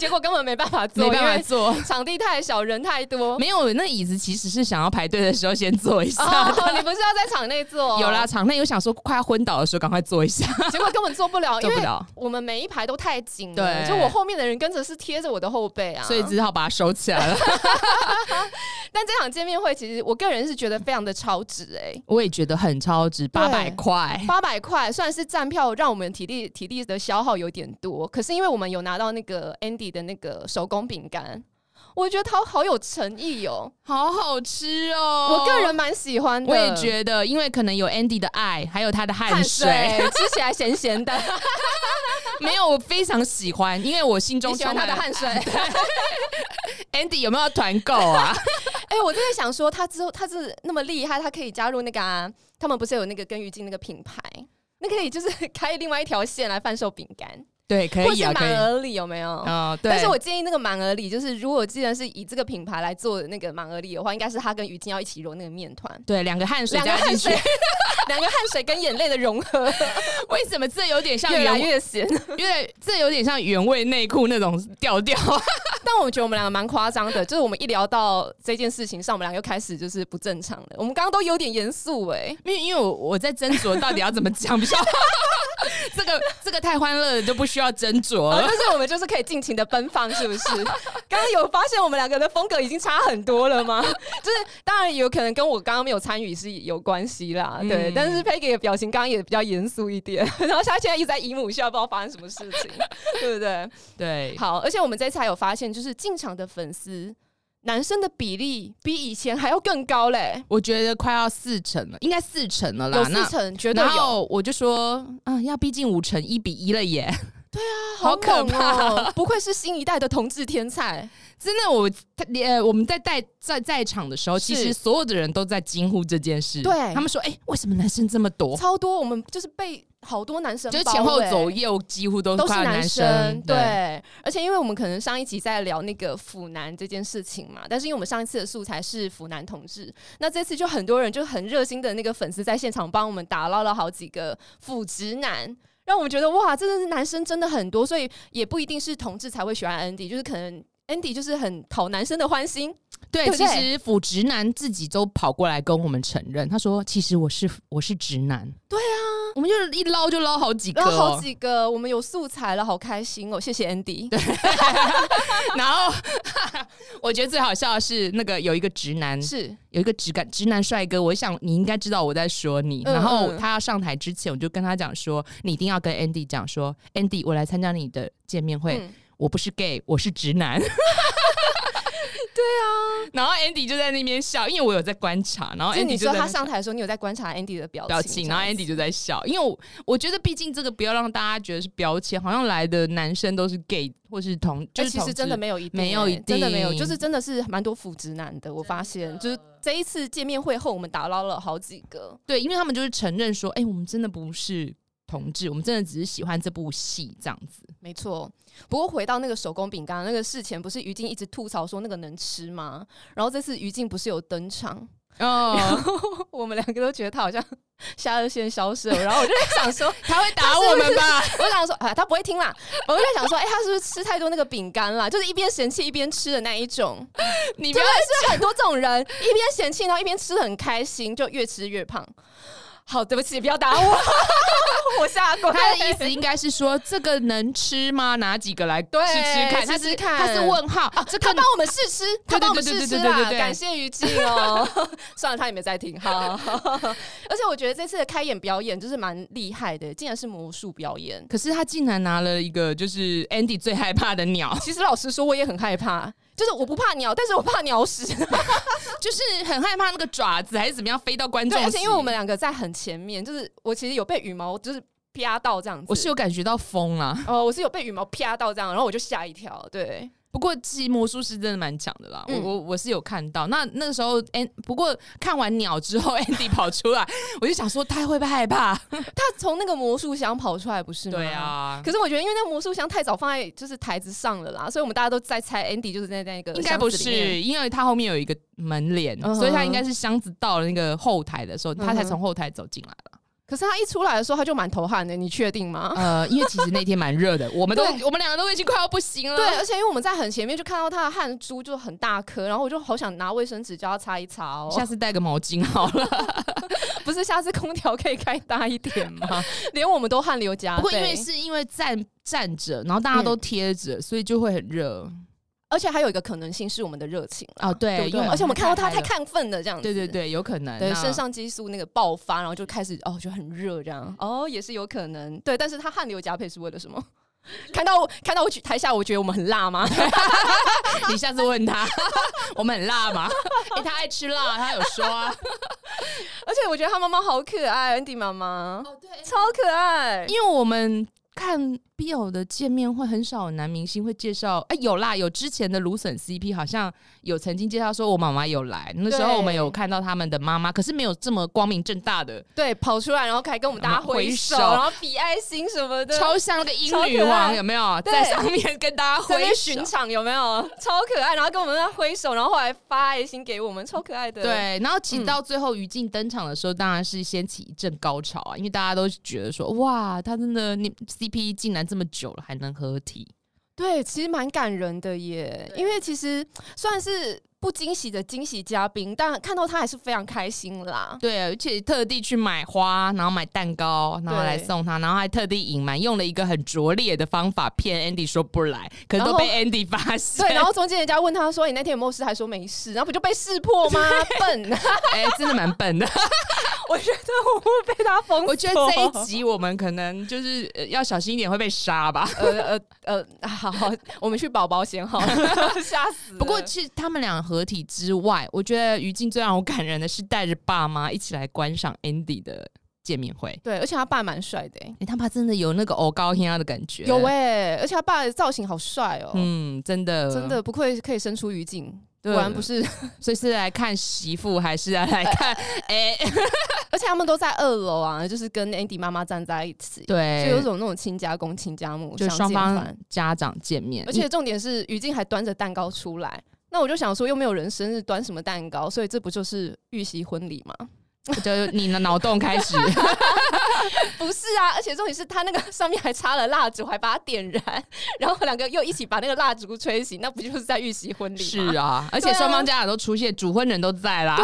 结果根本没办法做，没办因法为坐。场地太小，人太多。没有，那椅子其实是想要排队的时候先坐一下。哦，你不是要在场内做？哦有啦，，场内有想说快要昏倒的时候赶快坐一下，结果根本做不了，因做不为了，我们每一排都太紧了，对就我后面的人跟着是贴着我的后背啊。 所以只好把它收起来了。但这场见面会，其实我个人是觉得非常的超值哎、我也觉得很超值，对八百块。八百块虽然是站票，让我们体力体力的消耗有点多，可是因为我们有拿到那个 Andy 的那个手工饼干，我觉得他好有诚意哦，好好吃哦！我个人蛮喜欢的。我也觉得，因为可能有 Andy 的爱，还有他的汗汗水， 水吃起来咸咸的，没有我非常喜欢，因为我心 中你喜欢他的充满 汗水。 Andy 有没有要团购啊？哎、我真的想说，他之后他是那么厉害，他可以加入那个、啊，他们不是有那个跟鱼精那个品牌，那可以就是开另外一条线来贩售饼干，对，可或以是啊，可以满。额礼有没有？哦，对，但是我建议那个满额礼，就是如果既然是以这个品牌来做那个满额礼的话，应该是他跟鱼精要一起揉那个面团，对两个汗水两个加进汗去水， 两个汗水跟眼泪的融合， 为什么 这有点像越来原味？越咸。 因为这有点像原味内裤那种调调。但我觉得我们两个蛮夸张的，就是我们一聊到这件事情上，我们两个又开始就是不正常了。我们刚刚都有点严肃哎、因为因为我我在斟酌到底要怎么讲比较好。 这个这个太欢乐了，就不需要斟酌啊，了就。是我们就是可以尽情的奔放，是不是？ 刚刚有发现我们两个的风格已经差很多了吗？ 就是当然有可能跟我刚刚没有参与是有关系啦，嗯对。但是 Peggy 的表情刚刚也比较严肃一点， 然后她现在一直在姨母笑，不知道发生什么事情， 对不对？对，好，而且我们这次还有发现，就是进场的粉丝男生的比例比以前还要更高嘞，我觉得快要四成了，应该四成了啦。有四那成，绝对然有，后我就说，嗯，要逼近五成，一比一了耶！ 好可猛哦！ 不愧是新一代的同志天才，真的，我他呃，我们在在在在场的时候，是其实所有的人都在惊呼这件事。对他们说，哎、为什么男生这么多？超多，我们就是被好多男生就是包前后围左右几乎都都是快要男男生，对，对。而且因为我们可能上一集在聊那个腐男这件事情嘛，但是因为我们上一次的素材是腐男同志，那这次就很多人就很热心的那个粉丝在现场帮我们打捞了好几个腐直男。让我们觉得哇，真的是男生真的很多，所以也不一定是同志才会喜欢 Andy，就是可能 Andy 就是很讨男生的欢心，对对不其对实腐直男自己都跑过来跟我们承认，他说：“其实我是我是直男。”对啊，我们就是一捞就捞好几个然后哦、好几个我们有素材了，好开心哦，谢谢 Andy。 然后 我觉得最好笑的是那个有一个直男，是有一个直感直男帅哥，我想你应该知道我在说你。嗯然后嗯他要上台之前，我就跟他讲说，你一定要跟 Andy 讲说，Andy，我来参加你的见面会，嗯我不是 gay，我是直 男。对啊，然后 Andy 就在那边笑，因为我有在观察，然后就是哦 Andy 你就说在他那上台的时候，你有在观察 Andy 的表表情情，这然后样子 Andy 就在笑，因为我我觉得毕竟这个不要让大家觉得是标签，好像来的男生都是 gay 或是同，就哎，是其同实真志的没有一定、没有哎一真的没有，定就是真的是蛮多腐直男的。我发现，就是这一次见面会后，我们打捞了好几个。对，因为他们就是承认说，哎、我们真的不是同志，我们真的只是喜欢这部戏这样子。没错，不过回到那个手工饼干，那个事前不是于静一直吐槽说那个能吃吗？然后这次于静不是有登场， 哦，我们两个都觉得他好像 下颚线消失了。然后我就在 想说，他会打我们吧？我想说，啊，他不会听啦。我就在想说，哎、他是不是吃太多那个饼干啦？就是一边嫌弃一边吃的那一种。你不真要的是很多这 种人，一边嫌弃，然后一边吃的很开心，就越吃越胖。好，对不起，不要打 我，我下跪。他的意思应该是说，这个能吃吗？拿几个来吃对吃看？他试是试看他是问号，啊这他个帮我们试吃，他帮我们试吃对对对对对啦，对对感谢于静哦。 算了，他也没在听。好， 而且我觉得这次的开演表演就是蛮厉害的，竟然是魔术表演。可是他竟然拿了一个就是 Andy 最害怕的鸟，其实老实说，我也很害怕，就是我不怕鸟，但是我怕鸟屎。就是很害怕那个爪子还是怎么样飞到观众对，席。而且因为我们两个在很前面，就是我其实有被羽毛就是啪到这样子。我是有感觉到风啊，哦，我是有被羽毛啪到这样，然后我就吓一跳。对，不过其实魔术师真的蛮强的啦，嗯我我我是有看到。那那个时候，哎、不过看完鸟之后，Andy 跑出来，我就想说他会不会害怕？他从那个魔术箱跑出来，不是吗？对。啊，可是我觉得，因为那个魔术箱太早放在就是台子上了啦，所以我们大家都在猜 Andy 就是在那个应该不箱子里面。是，因为他后面有一个门帘嗯哼所以他应该是箱子到了那个后台的时候，他才嗯哼从后台走进来了。可是他一出来的时候，他就满头汗的，你确定吗？ 呃，因为其实那天蛮热的，我们都对我们两个都已经快要不行了。对，啊而且因为我们在很前面就看到他的汗珠就很大颗，然后我就好想拿卫生纸叫他擦一擦哦。下次带个毛巾好了。不是下次空调可以开大一点吗？ 连我们都汗流浃背。不过因为是因为站站着，然后大家都贴着，所以就会很热。而且还有一个可能性是我们的热情啦哦对对不因为我们而且我们看到他太嗨太了亢奋了，这样子，对对对，有可能。啊对，那肾上激素那个爆发，然后就开始哦，就很热这样，哦，也是有可能，对，但是他汗流浃背是为了什么？ 看到我看到我举台下，我觉得我们很辣吗？ 你下次问 他，我们很辣 吗？哎、他爱吃辣，他有说啊。而且我觉得他妈妈好可爱，Andy 妈妈哦，对，超可爱因。为我们看 BL 的见面会很少有男明星会介绍，哎、有啦，有之前的芦笋 CP 好像有曾经介绍说我妈妈有来，那时候对我们有看到他们的妈妈，可是没有这么光明正大的，对，跑出来，然后还跟我们大家挥手，挥手然后比爱心什么的，超像那个英超可女爱王有没有对在上面跟大家挥在那边手巡？场有没有？超可爱，然后跟我们在挥手，然后后来发爱心给我们，超可爱的。，对，然后其实嗯到最后于静登场的时候，当然是掀起一阵高潮啊，因为大家都觉得说，哇，他真的你 CP 竟然这么久了还能合体，对，其实蛮感人的耶，因为其实算是不惊喜的惊喜嘉宾，但看到他还是非常开心 啦。对，而且特地去买花，然后买蛋糕，然后来送他，然后还特地隐瞒，用了一个很拙劣的方法骗 Andy 说不来，可是然都后被 Andy 发现。对，然后中间人家问他说：“你那天有没有事？”还说没事，然后不就被识破 吗？笨！哎、真的蛮笨的。我觉得我会被他封 锁。我觉得这一集我们可能就是、呃要小心一点，会被杀吧。呃呃呃，好，我们去宝宝先好了， 吓死了。不过，其实他们俩合体之外，我觉得于静最让我感人的是带着爸妈一起来观赏 Andy 的见面会。对，而且他爸蛮帅的耶、欸哎、他爸真的有那个偶高天啊的感觉，有哎、而且他爸的造型好帅哦、嗯，真的，真，的不愧可以身出于境，对果然不是。 所以是来看媳妇还是来看？哎、而且他们都在二楼啊，就是跟 Andy 妈妈站在一起，就有对，种那种亲家公亲家母哎就相双见方嗯欢。家长见面，而且重点是，于静还端着蛋糕出来。那我就想说，又没有人生日，端什么蛋糕？所以这不就是预习婚礼吗？ 就是你 的脑洞开 始，不是啊，而且重点是他那个 上面还插了蜡烛，还把它点燃，然后两个又一起把那个蜡烛吹熄，那不就是在预习婚礼吗？是啊，而且双方家长都出现，主婚人都在啦，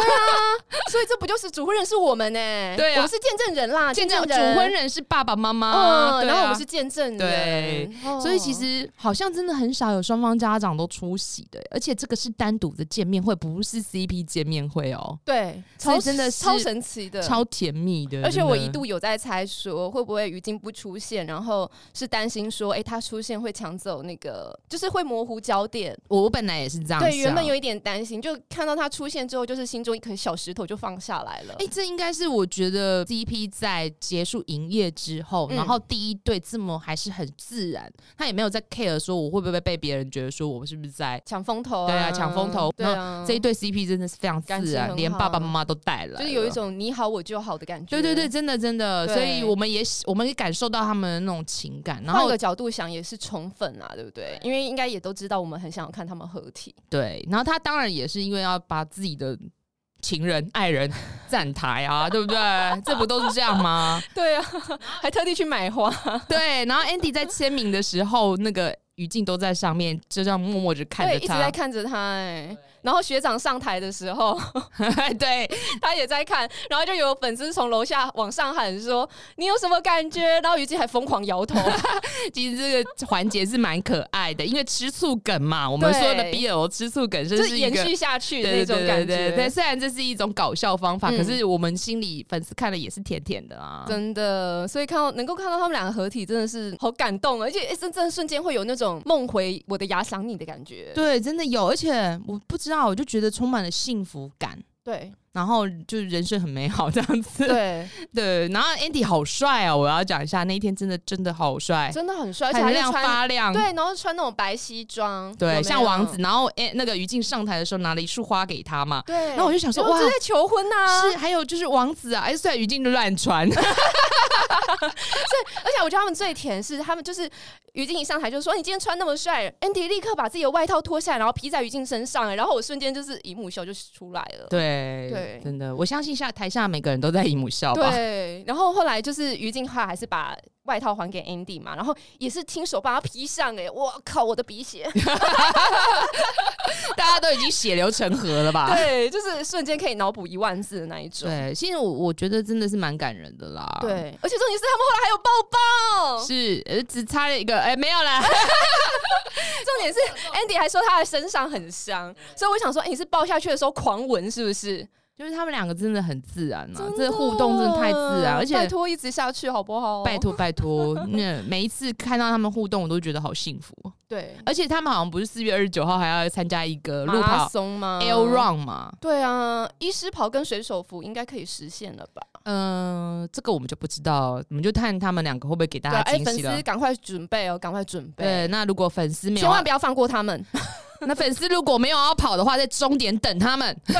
所以这不就是主婚人是我们呢、对啊我们是见证人啦，见见证证主人婚人是爸爸妈妈，嗯，对啊然后我们是见证人，对哦所以其实好像真的很少有双方家长都出席的，欸而且这个是单独的见面会，不是 CP 见面会哦，对，所以超真的是超神奇的，超甜蜜的。而且我真的一度有在猜说，会不会于静不出现，然后是担心说，哎、他出现会抢走那个，就是会模糊焦点。我我本来也是这样想，对，原本有一点担心，就看到他出现之后，就是心中一颗小石头就放下来了。哎、这应该是我觉得 CP 在结束营业之后，嗯然后第一对这么还是很自然，他也没有在 care 说我会不会被别人觉得说我是不是在。抢风头、对啊抢风头对啊，这一对 CP 真的是非常感自情然，很连好爸爸妈妈都带来了，就是有一种你好我就好的感觉。对对对，，真的真的，对所以我们也喜我们也感受到他们的那种情感，然换后个角度想也是宠粉啊，对不对？因为应该也都知道我们很想要看他们合 体。对，然后他当然也是因为要把自己的情人、爱人 站台啊，对不对？这不都是这样吗？对啊，还特地去买花。对，然后 Andy 在签名的时候，那个于静都在上面，就这样默默着看对，着一直他在。看着他哎、然后学长上台的时候， 对，他也在看，然后就有粉丝从楼下往上喊说：“你有什么感觉？”然后于静还疯狂摇头。其实这个环节是蛮可爱的，因为吃醋梗嘛，我们对说的 BL 吃醋梗，就这是一延个。续下去的对对那种对感对觉。对对，虽然这是一种搞笑方法，嗯可是我们心里粉丝看了也是甜甜的啊啦。真的，所以看到能够看到他们两个合体，真的是好感动，啊而且诶真真的瞬间会有那种梦回我的牙想你的感觉。对，真的有，而且我不知道，我就觉得充满了幸福感，对然后就人生很美好这样子。对， 对，然后 Andy 好帅哦，我要讲一下，那一天真的真的好帅，真的很帅，而且闪还亮是穿发亮，对，然后穿那种白西装，有没对，有像王子。。然后哎、那个于静上台的时候拿了一束花给他嘛，对，然后我就想说哇啊这是在求婚呐、是还有就是王子啊，哎，虽然于静就乱传，而且我觉得他们最甜是，他们就是于静一上台就说：“你今天穿那么帅。”Andy 立刻把自己的外套脱下来，然后披在于静身上，然后我瞬间就是姨母秀就出来 了。对对真的，我相信下台下每个人都在姨母笑吧。对，然后后来就是于静她还是把外套还给 Andy 嘛，然后也是亲手把他披上、欸，哎，我靠，我的 鼻血，大家都已经血流成河了吧？ 对，就是瞬间可以脑补一万字的那一种。啊对，啊其实我我觉得真的是蛮感人的啦。，对，而且重点是他们后来还有抱抱，是呃只差了一个，哎、没有啦。 重点是 Andy 还说他的身上很香，所以我想说，哎、你是抱下去的时候狂闻是不是？就是他们两个真的很自然啊，这互动真的太自然，而且哦拜托一直下去好不好？拜，托拜 托，那每一次看到他们互动，我都觉得好幸福。对，而且他们好像不是四月二十九号还要参加一个马路拉跑松吗 L Run 嘛？对啊，医师袍跟水手服应该可以实现了吧？嗯、这个我们就不知道，我们就看他们两个会不会给大对啊，家哎、惊粉喜了丝。赶快准备哦，赶快准备，对，那如果粉丝没有啊要千 万，不要放过他们。那粉丝如果没有要跑的话，在终点等他们， 对，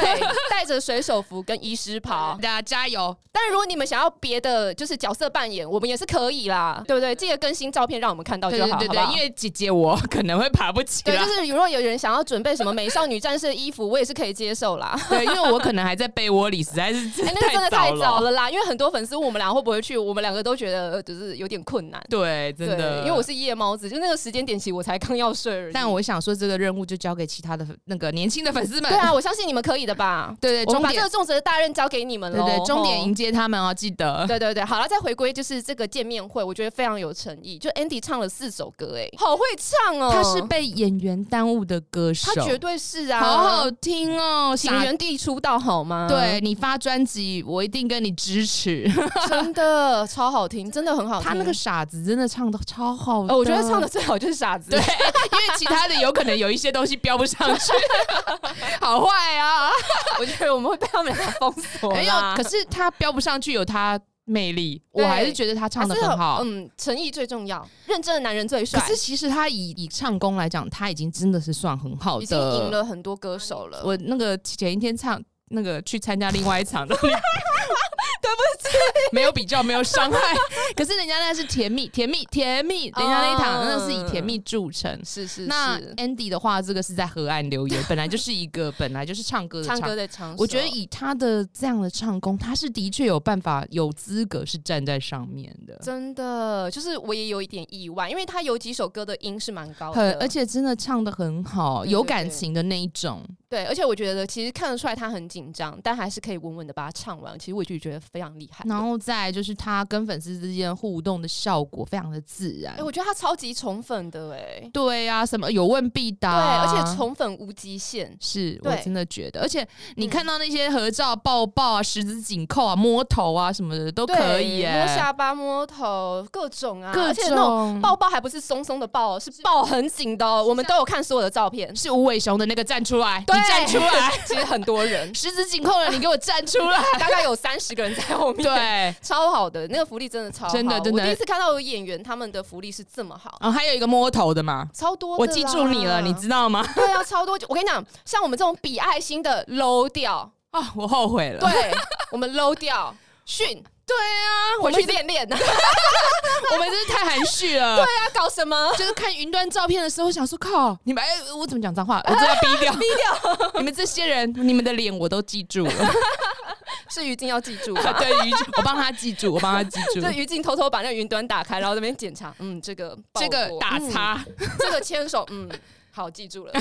带着水手服跟医师袍大。家加油！当然，如果你们想要别的就是角色扮演，我们也是可以啦，对不对？记得更新照片让我们看到就对好，对对好对，不好因为姐姐我可能会爬不起对，就来，是如果有人想要准备什么美少女战士的衣服，我也是可以接受啦。对，因为我可能还在被窝里，实在是 哎、那个真的太了。早了啦，因为很多粉丝问我们俩会不会去，我们两个都觉得呃就是有点困难。对，真的，因为我是夜猫子，就那个时间点起，我才刚要睡而已。但我想说，这个任务就交给其他的那个年轻的粉丝们。对啊，我相信你们可以的吧？对对，我终们把这点个重责的大任交给你们对了。对，终点吼迎接他们哦，记得。对对对，好了，再回归就是这个见面会，我觉得非常有诚意。就 Andy 唱了四首歌，哎，好会唱哦！他是被演员耽误的歌手他，绝对是啊，好好听哦，请傻。啊原地出道好吗？对，你发专辑，我一定跟你支持。真的超好听，真的很好听。他那个傻子真的唱的超好呃，我觉得唱的的，最好就是傻子。对 因为其他的有可能有一些东西标不上去，好坏啊。 我觉得我们会被他们两个封锁没有，啦。可是他标不上去有他魅力，我对还是觉得他唱的还是很好。嗯，诚意最重要，认真的男人最可帅。是其实他以以唱功来讲，他已经真的是算很好的。已经赢了很多歌手了。我那个前一天唱那个去参加另外一 场的，对不起，没有比较，没有伤 害。可是人家那是甜蜜，甜蜜，甜蜜，人家那一场、哦那是以甜蜜著称。是是那是， Andy 的话，这个是在河岸留言，本来就是一个本来就是唱歌的唱唱歌的场所，我觉得以他的这样的唱功，他是的确有办法、有资格是站在上面的。真的就是我也有一点意外，因为他有几首歌的音是蛮高很的，，而且真的唱的很好，对有对感对情的那一种。对，而且我觉得其实看得出来他很紧张，但还是可以稳稳的把它唱完。其实我就觉得非常厉害。然后再来就是他跟粉丝之间互动的效果非常的自然哎、。我觉得他超级宠粉的哎、对啊，什么有问必答、啊对，啊而且宠粉无极限。是我对真的觉得，而且你嗯看到那些合照、抱抱啊、十指紧扣啊、摸头啊什么的都对可以耶、摸下巴、摸头，各种啊，各而且那种种抱抱还不是松松的抱哦，是抱很紧的哦。我们都有看所有的照片，是无尾熊的那个站出来，你对站出来， ，其实很多人十指紧扣了，你给我站出来。大概有三十个人在 后面。。对，超好的，那个福利真的超好。真的真的我第一次看到有演员他们的福利是这么好，然后哦还有一个摸头的嘛，超多的啦。我记住你了，你知道吗？ 对啊，超多。我跟你讲，像我们这种比爱心的 low 掉，啊，我后悔了。对，我们 low 掉训，对啊，我回们去是练练。我们真是太含蓄了。 对啊他搞什么？就是看云端照片的时候，想说靠，你们哎、我怎么讲脏 话？我真的要逼掉，逼掉！ 你们这些人，你们的脸我都记住了。 是于静要记住吧。对，于我帮他记住，我帮他记住就于静偷偷把那个云端打开，然后这边检查，嗯，这个报这个过打嗯叉。这个牵手，嗯，好，记住了。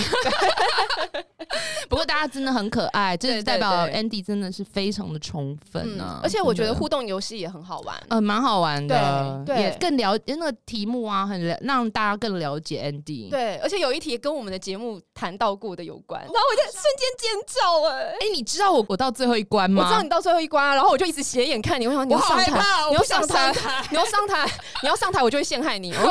不过大家真的很可爱，这对代对表对 Andy 真的是非常的宠粉嗯啊。，而且我觉得真的互动游戏也很好玩。呃，蛮好玩的，对对也更了那个题目啊，很了让大家更了解 Andy。，对，而且有一题跟我们的节目谈到过哦的有关，然后我就瞬间尖叫哎、哎、你知道我我到最后一关我吗？知道你到最后一关、啊，然后我就一直斜眼看你，我想你我要好上害台，怕，哦我你不要想上上台台。你要上台，你 要上台，我就会陷害你。反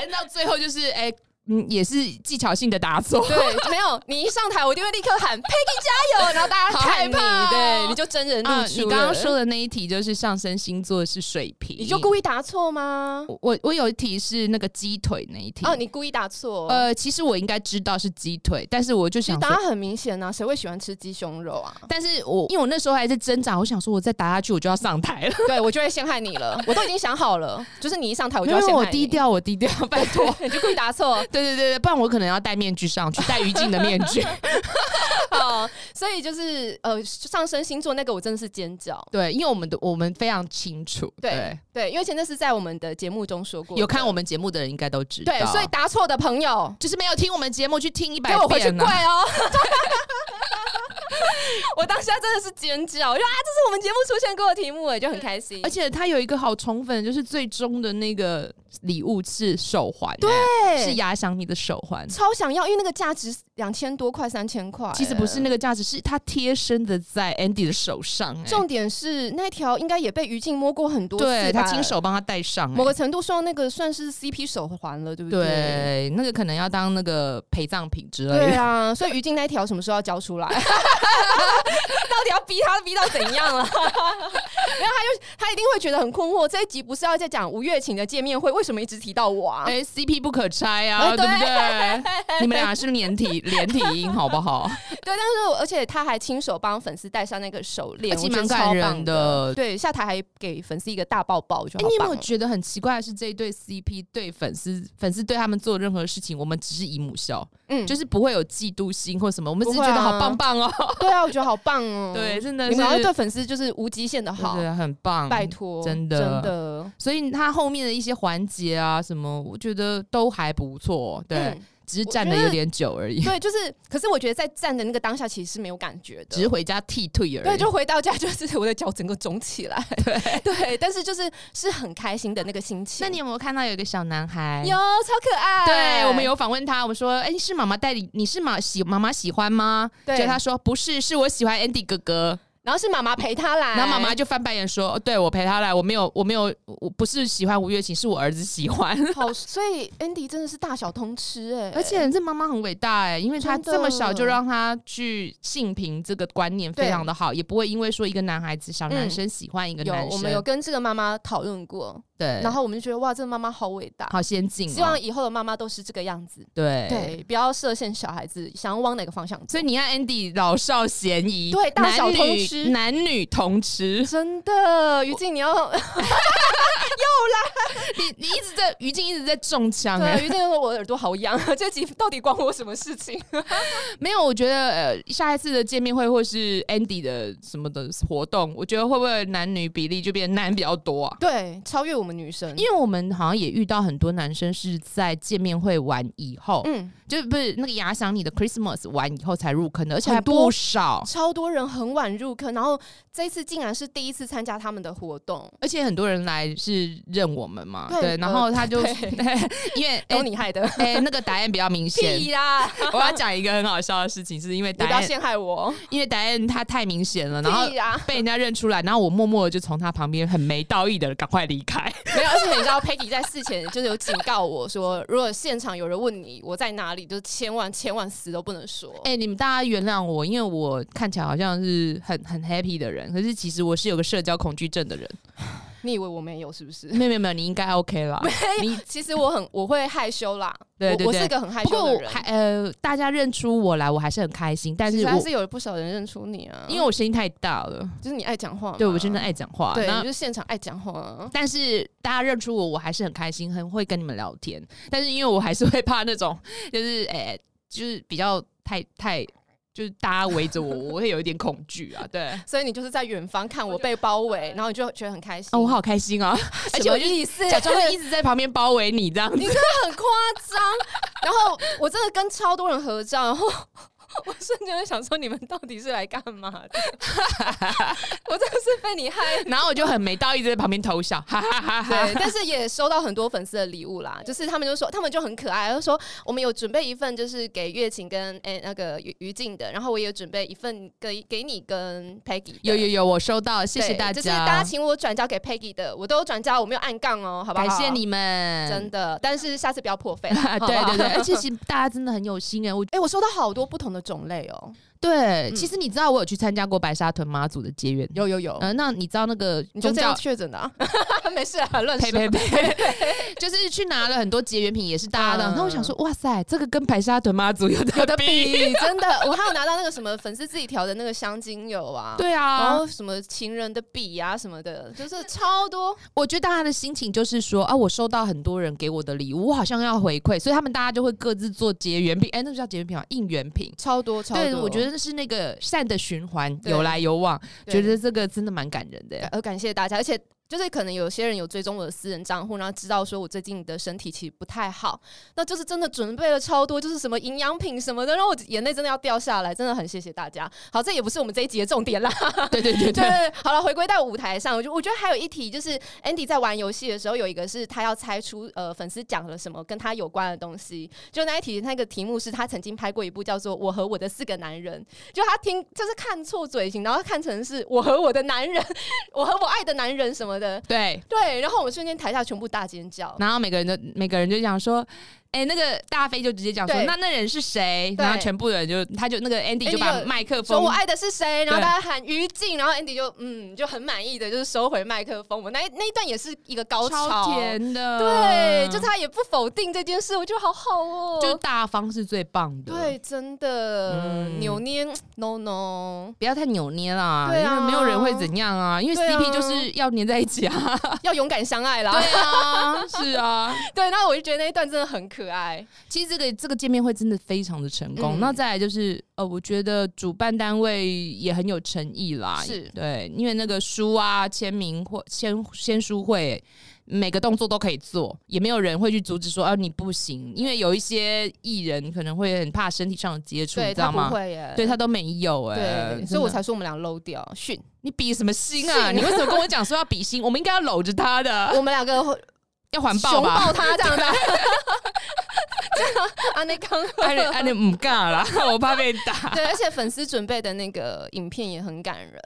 正到最后就是哎。嗯，也是技巧性的答错。对，没有，你一上台，我就会立刻喊 Peggy 加油，然后大好家害看你，怕哦对，你就真人露啊，出你了、刚刚说的那一题就是上升星座是水瓶，你就故意答错吗？我我我有一题是那个鸡腿那一题。哦，你故意答错，呃，呃，其实我应该知道是鸡腿，但是我就其实想答说，案很明显啊，谁会喜欢吃鸡胸肉啊？但是我因为我那时候还在挣扎，我想说我再答下去我就要上台了。对我就会陷害你 了，我都已经想好了，就是你一上台我就没要陷有，害你，我低，调，我低调， 拜托。 你就故意答错，对对对对，不然我可能要戴面具上去，戴于静的面 具。哦，所以就是呃，上升星座那个我真的是尖叫。对，因为我们的我们非常清楚，对对，因为前阵是在我们的节目中说过对的，有看我们节目的人应该都知道。对，所以答错的朋友，就是没有听我们节目去听一百给遍、啊，我回去跪哦！ 我当下真的是尖叫，我就啊，这是我们节目出现过的题目，哎，就很开心。而且它有一个好宠粉，就是最终的那个礼物是手环、欸对是压响你的手环。超想要，因为那个价值两千多块，三千块。其实不是那个价值，是它贴身的在 Andy 的手上、哎重点是那条应该也被于静摸过很多次吧，对他亲手帮他戴上、哎某个程度上那个算是 CP 手环了，对不对？对那个可能要当那个陪葬品之类对的。啊，所以于静那条什么时候要交 出来？到底要逼他逼到怎样了？然后他就他一定会觉得很困惑。这一集不是要在讲吴月琴的见面会，为什么一直提到我啊？哎、c p 不可拆啊，哎对不对？你 们俩是连体连体婴，好不好？对，但是而且他还亲手帮粉丝戴上那个手链，而且我觉得哎蛮感超棒人的。的对，下台还给粉丝一个大抱抱，我觉哎、得好你有没棒有哦。觉得很奇怪的是，这一对 CP 对粉丝，粉丝对他们做任何事情，我们只是以母笑，嗯，就是是不会有嫉妒心或什么，我们只是不会觉啊得好棒棒哦。对啊，我觉得好棒哦。 对，，真的是，你们要对粉丝就是无极限的好对，，很棒，拜。托，真的真的。所以他后面的一些环节啊，什么，我觉得都还不错，哦对，嗯只是站的有点久而已，对，就是，可是我觉得在站的那个当下，其实是没有感觉只是的。回家剃退而已。对，就回到家，就是 我的脚整个肿起来。对对，但是就是是很开心的那个心情。那你有没有看到有一个小男孩？有哎超可爱？对我们有访问他，我们说：“哎、是妈妈带你，你是妈喜妈妈喜欢吗？”对就他说：“不是，是我喜欢 Andy 哥哥。”然后是妈妈陪他来，然后妈妈就翻白眼说：“哦对我陪他来，我没有，我没有，我不是喜欢吴月琴，是我儿子喜 欢。好，所以 Andy 真的是大小通吃哎、而且这妈妈很伟大哎、因为她真的这么小就让她去性平这个观念非常的好，也不会因为说一个男孩子小男生喜欢一个有男我生，们有跟这个妈妈讨论过，对，然后我们就觉得哇，这个妈妈好伟大，好先进、哦，希望以后的妈妈都是这个样子，对对，不要设限小孩子想要往哪个方向走，所以你看 Andy 老少咸宜，对大小男女通吃。男女同吃真的，于静你 要你你一直在于静一直在中枪哎、对于静说，我耳朵好痒，啊 这集到底关我什么事情？没有，我觉得呃，下一次的见面会或是 Andy 的什么的活动，我觉得会不会男女比例就变男比较多啊？ 对，超越我们女生，因为我们好像也遇到很多男生是在见面会完以后，嗯，就不是那个牙想你的 Christmas 完以后才入坑的，而且还很多不少，超多人很晚入坑，然后这一次竟然是第一次参加他们的活动，而且很多人来是认我们嘛，对对，然呃后他就 因 为都哎你害的，哎、那个答案比较明显。 屁啦，我要讲一个很好笑的事情，是因为你答不要案，陷害我，因为答案他太明显了，然后屁啦。被人家认出来，然后我默默的就从他旁边很没道义的赶快离开。 没有，而且你知道 Peggy 在事前就是有警告我说，如果现场有人问你我在哪里，就是千万千万死都不能说。哎、你们大家原谅我，因为我看起来好像是很很 happy 的人，可是其实我是有个社交恐惧症的人。你以为我没有是不是？没有没有没有，你应该 OK 啦。你其实我很我会害羞啦，对对我我对是个很害不羞过的我人还，呃，大家认出我来，我还是很开心。但其是实还我是有不少人认出你啊，因为我声音太大了，就是你爱讲话嘛，哦对我真的爱讲话。对，你那就是现场爱讲话啊。但是大家认出我，我还是很开心，很会跟你们聊天。但是因为我还是会怕那种，就是诶、呃就是比较太太，就是大家围着我，我会有一点恐惧啊。对，所以你就是在远方看我被包围，然后你就觉得很开心。啊， 我，好开心啊！而且我就 意思，假 装一直在旁边包围你这样子你。很夸张。然后我真的跟超多人合照，然后 我瞬间就想说，你们到底是来干嘛的？ 我真的是被你害。然后我就很没道义，在旁边偷笑， 哈哈哈哈。 对，但是也收到很多粉丝的礼物 啦，就是他们就说，他们就很可爱，就说我们有准备一份就是给月琴跟哎、那个于于静的，然后我也有准备一份给给你跟 Peggy 的。有有有，我收到，谢谢对大家，就是大家请我转交给 Peggy 的，我都有转交，我没有按杠哦，好不好？感谢，你们，真的。但是下次不要破 费啊，啦，好不对好对 对，而且其实大家真的很有心哎、我哎、我收到好多不同的种类哦，对，嗯其实你知道我有去参加过白沙屯妈祖的结缘，有有有呃，那你知道那个你就宗这教样 确诊的、啊，没事啊，乱呸说。呸呸， 就是去拿了很多结缘品，也是大家的。嗯然后我想说，哇塞，这个跟白沙屯妈祖有的有的的比， 比真的，我还有拿到那个什么粉丝自己调的那个香精油啊，、对然啊，后什么情人的笔啊什么的， 就是超多。我觉得大家的心情就是说啊，我收到很多人给我的礼物，我好像要回馈，所以他们大家就会各自做结缘品，哎，那个叫结缘品啊，应援品。超多，超多。对，我觉得是那个善的循环，对有来有往，觉对得这个真的蛮感人的。呃感谢大家，而且就是可能有些人有追踪我的私人账户，然后知道说我最近的身体其实不太好，那就是真的准备了超多，就是什么营养品什么的，让我眼泪真的要掉下来，真的很谢谢大家。好，这也不是我们这一集的重点啦。 对对 对对对，好了，回归到舞台上，我就我觉得还有一题就是 Andy 在玩游戏的时候，有一个是他要猜出呃粉丝讲了什么跟他有关的东西。就那一题，那个题目是他曾经拍过一部叫做《我和我的四个男人》，就他听就是看错嘴型，然后看成是我和我的男人， 我和我爱的男人什么的。 对。对，然后我们瞬间台下全部大尖叫。然后每个人就每个人就讲说，哎、那个大飞就直接讲说，对那那人是谁？对然后全部人就他就那个 Andy Andy 就把就麦克说风我，爱的是谁，然后对大家喊于静，然后 Andy 就嗯就很满意的，就是收回麦克风。我那一那一段也是一个高潮，超甜的，对，就他也不否定这件事，我觉得好好哦。嗯就大方是最棒的，，对，真的、嗯扭捏，no no，不要太扭捏啦，对啊因为没有人会怎样啊，因为对啊 CP 就是要黏在一起啊，要勇敢相爱啦。对啊， 是啊， 对，那我就觉得那一段真的很可爱。其实这个这个见面会真的非常的成功。嗯那再来就是呃，我觉得主办单位也很有诚意啦，是对，因为那个书啊、签名会、签签书会，每个动作都可以做，也没有人会去阻止说啊你不行，因为有一些艺人可能会很怕身体上的接触，你对知他道不吗？会耶，对他都没有哎、对，真所以我的才说我们俩 low 掉训，你比什么心啊？信你为什么跟我讲说要比心？我们应该要搂着他的，我们两 个会要环啊抱熊吧？抱他这样 子啊。 这样啊，那刚哎你哎你唔干啦，我怕被打。对，而且粉丝准备的那个影片也很感人。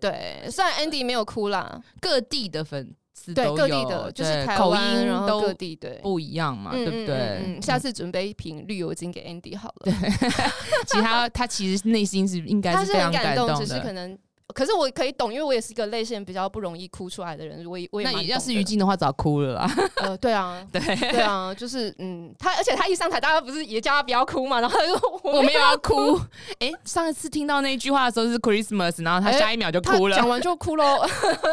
对，虽然 Andy 没有哭啦，各地的粉丝对都各地有的，就是对台口湾，然音后各都地对，不一样嘛，对不对？嗯嗯下次准备一瓶绿油精给 Andy 好了。其实 他他其实内心是应该他是是非很常感动动，的。只是可能，可是我可以懂，因为我也是一个泪腺比较不容易哭出来的人，我也我也那蛮要是懂的于，静的话，早哭了啦。。呃，对啊 对， 对啊，就是嗯，他而且他一上台，大家不是也叫他不要哭嘛，然后他就说我 我没有要 哭。哎、上一次听到那一句话的时候是 Christmas，然后他哎下一秒就他哭了。讲完就哭喽，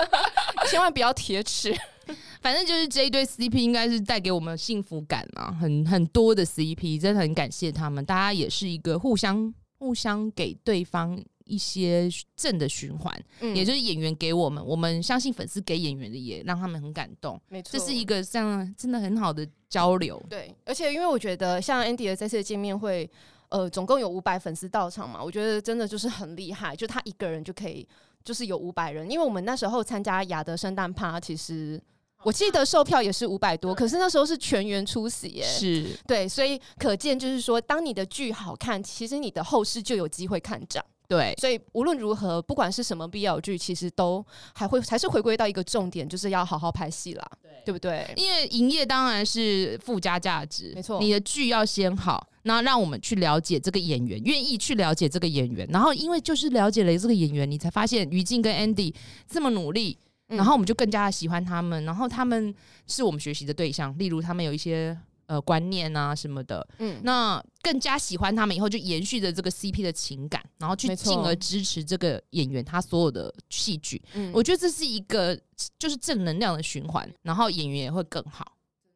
千万不要铁齿。 反正就是这一对 CP 应该是带给我们幸福感啊，很很多的 CP，真的很感谢他们，大家也是一个互相互相给对方一些正的循环，嗯也就是演员给我们，我们相信粉丝给演员的也让他们很感动，没错，这是一个这样真的很好的交流。对，而且因为我觉得像 Andy 的这次的见面会，呃，总共有五百粉丝到场嘛，我觉得真的就是很厉害，就他一个人就可以就是有五百人，因为我们那时候参加雅德圣诞趴，其实。我记得售票也是五百多，可是那时候是全员出席耶、是，对，所以可见就是说，当你的剧好看，其实你的后世就有机会看涨。对，所以无论如何，不管是什么 BL 剧，其实都还会还是回归到一个重点，就是要好好拍戏啦，对不对？因为营业当然是附加价值，没错你的剧要先好，那让我们去了解这个演员，愿意去了解这个演员，然后因为就是了解了这个演员，你才发现于静跟 Andy 这么努力，嗯然后我们就更加地喜欢他们，然后他们是我们学习的对象，例如他们有一些。呃，观念啊什么的，嗯，那更加喜欢他们以后，就延续着这个 CP 的情感，然后去没错进而支持这个演员他所有的戏剧。嗯我觉得这是一个就是正能量的循环，然后演员也会更好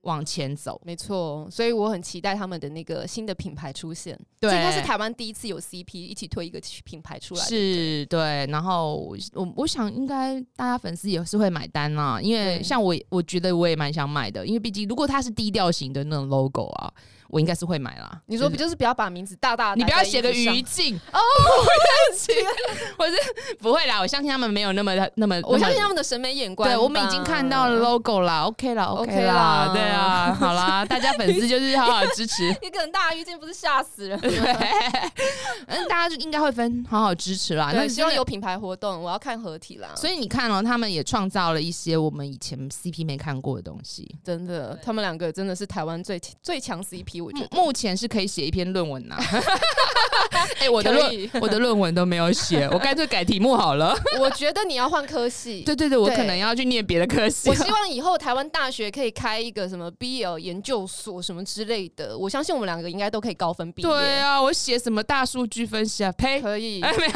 往前走。没错，哦所以我很期待他们的那个新的品牌出现。对这应该是台湾第一次有 CP 一起推一个品牌出来的。是对，然后我我想应该大家粉丝也是会买单啦，因为对像我，我觉得我也蛮想买的，因为毕竟如果它是低调型的那种 logo 啊，我应该是会买啦。你说就不是就是不要把名字大大地你不要打在衣写服个余上？静哦， 我是不会啦，我相信他们没有那么那么，我相信那么他们的审美眼光。对我们已经看到了。logo 啦，OK 啦 OK 啦啦，对啊，好 啦，大家粉丝就是好好支持，一个人大遇见不是吓死人？ 对，嗯，大家就应该会分好好支持啦。啊那对，希真望的有品牌活动，我要看合体啦。所以你看哦，他们也创造了一些我们以前 CP 没看过的东西。真的，他们两个真的是台湾最最强 CP，我觉目得。目前是可以写一篇论 文呐、哎、我的可论以 我的论文都没有 写，我干脆改题目好了。我觉得你要换科系。对对对，我对可能要去念别的科系我 了。希望以后台湾大学可以开一个什么 BL 研究所什么之类的，我相信我们两个应该都可以高分毕业。对啊，我写什么大数据分析啊？呸！可以。哎，没有。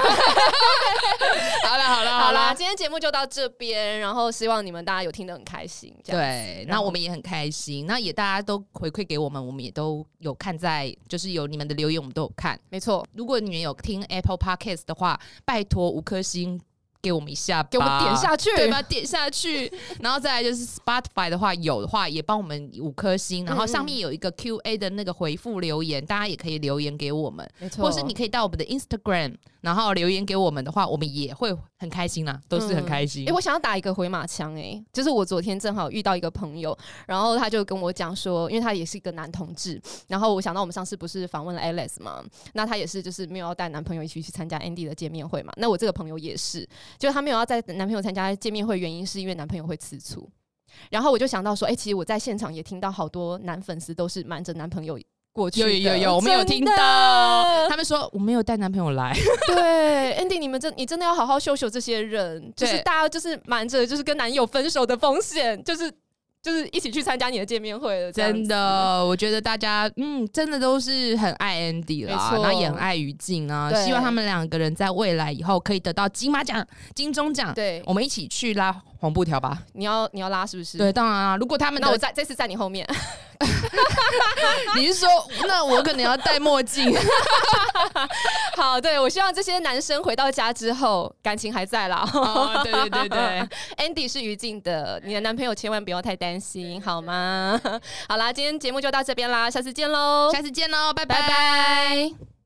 好了好了好好啦，了。今天节目就到这边，然后希望你们大家有听得很开心。这样，对，那我们也很开心，那也大家都回馈给我们，我们也都有看在，就是有你们的留言，我们都有看。没错，如果你们有听 Apple Podcast 的话，拜托五颗星给我们一下吧，给我们 点下去。对吧？点下去，然后再来就是 Spotify 的话，有的话也帮我们五颗星，然后嗯上面有一个 Q&A 的那个回复留言，大家也可以留言给我们，没错，或是你可以到我们的 Instagram，然后留言给我们的话，我们也会很开心啦，都是很开心。哎、我想要打一个回马枪哎、就是我昨天正好遇到一个朋友，然后他就跟我讲说，因为他也是一个男同志，然后我想到我们上次不是访问了 Alice 嘛，那他也是就是没有要带男朋友一起去参加 Andy 的见面会嘛，那我这个朋友也是，就他没有要带男朋友参加见面会，原因是因为男朋友会吃醋，然后我就想到说，哎、其实我在现场也听到好多男粉丝都是瞒着男朋友。过去有的有有有，我们有听真的到，他们说我没有带男朋友来， 对，Andy，你们真你真的要好好修修这些人，就是对大家就是瞒着就是跟男友分手的风险，就是就是一起去参加你的见面会了，这样真子。的，我觉得大家嗯，真的都是很爱 Andy 啦，没错然后也很爱于静啊，对希望他们两个人在未来以后可以得到金马奖、金钟奖。对，我们一起去拉黄布条吧。你要你要拉是不是？对，，当然啊，如果他们那我 的，在这次在你后面，你是说，那我可能要戴墨镜。好，对我希望这些男生回到家之后感情还在啦。 哦，对对对 对， Andy 是于静的，你的男朋友千万不要太担心，好 吗？好啦，今天节目就到这边啦，下次见喽，下次见喽，拜拜拜拜。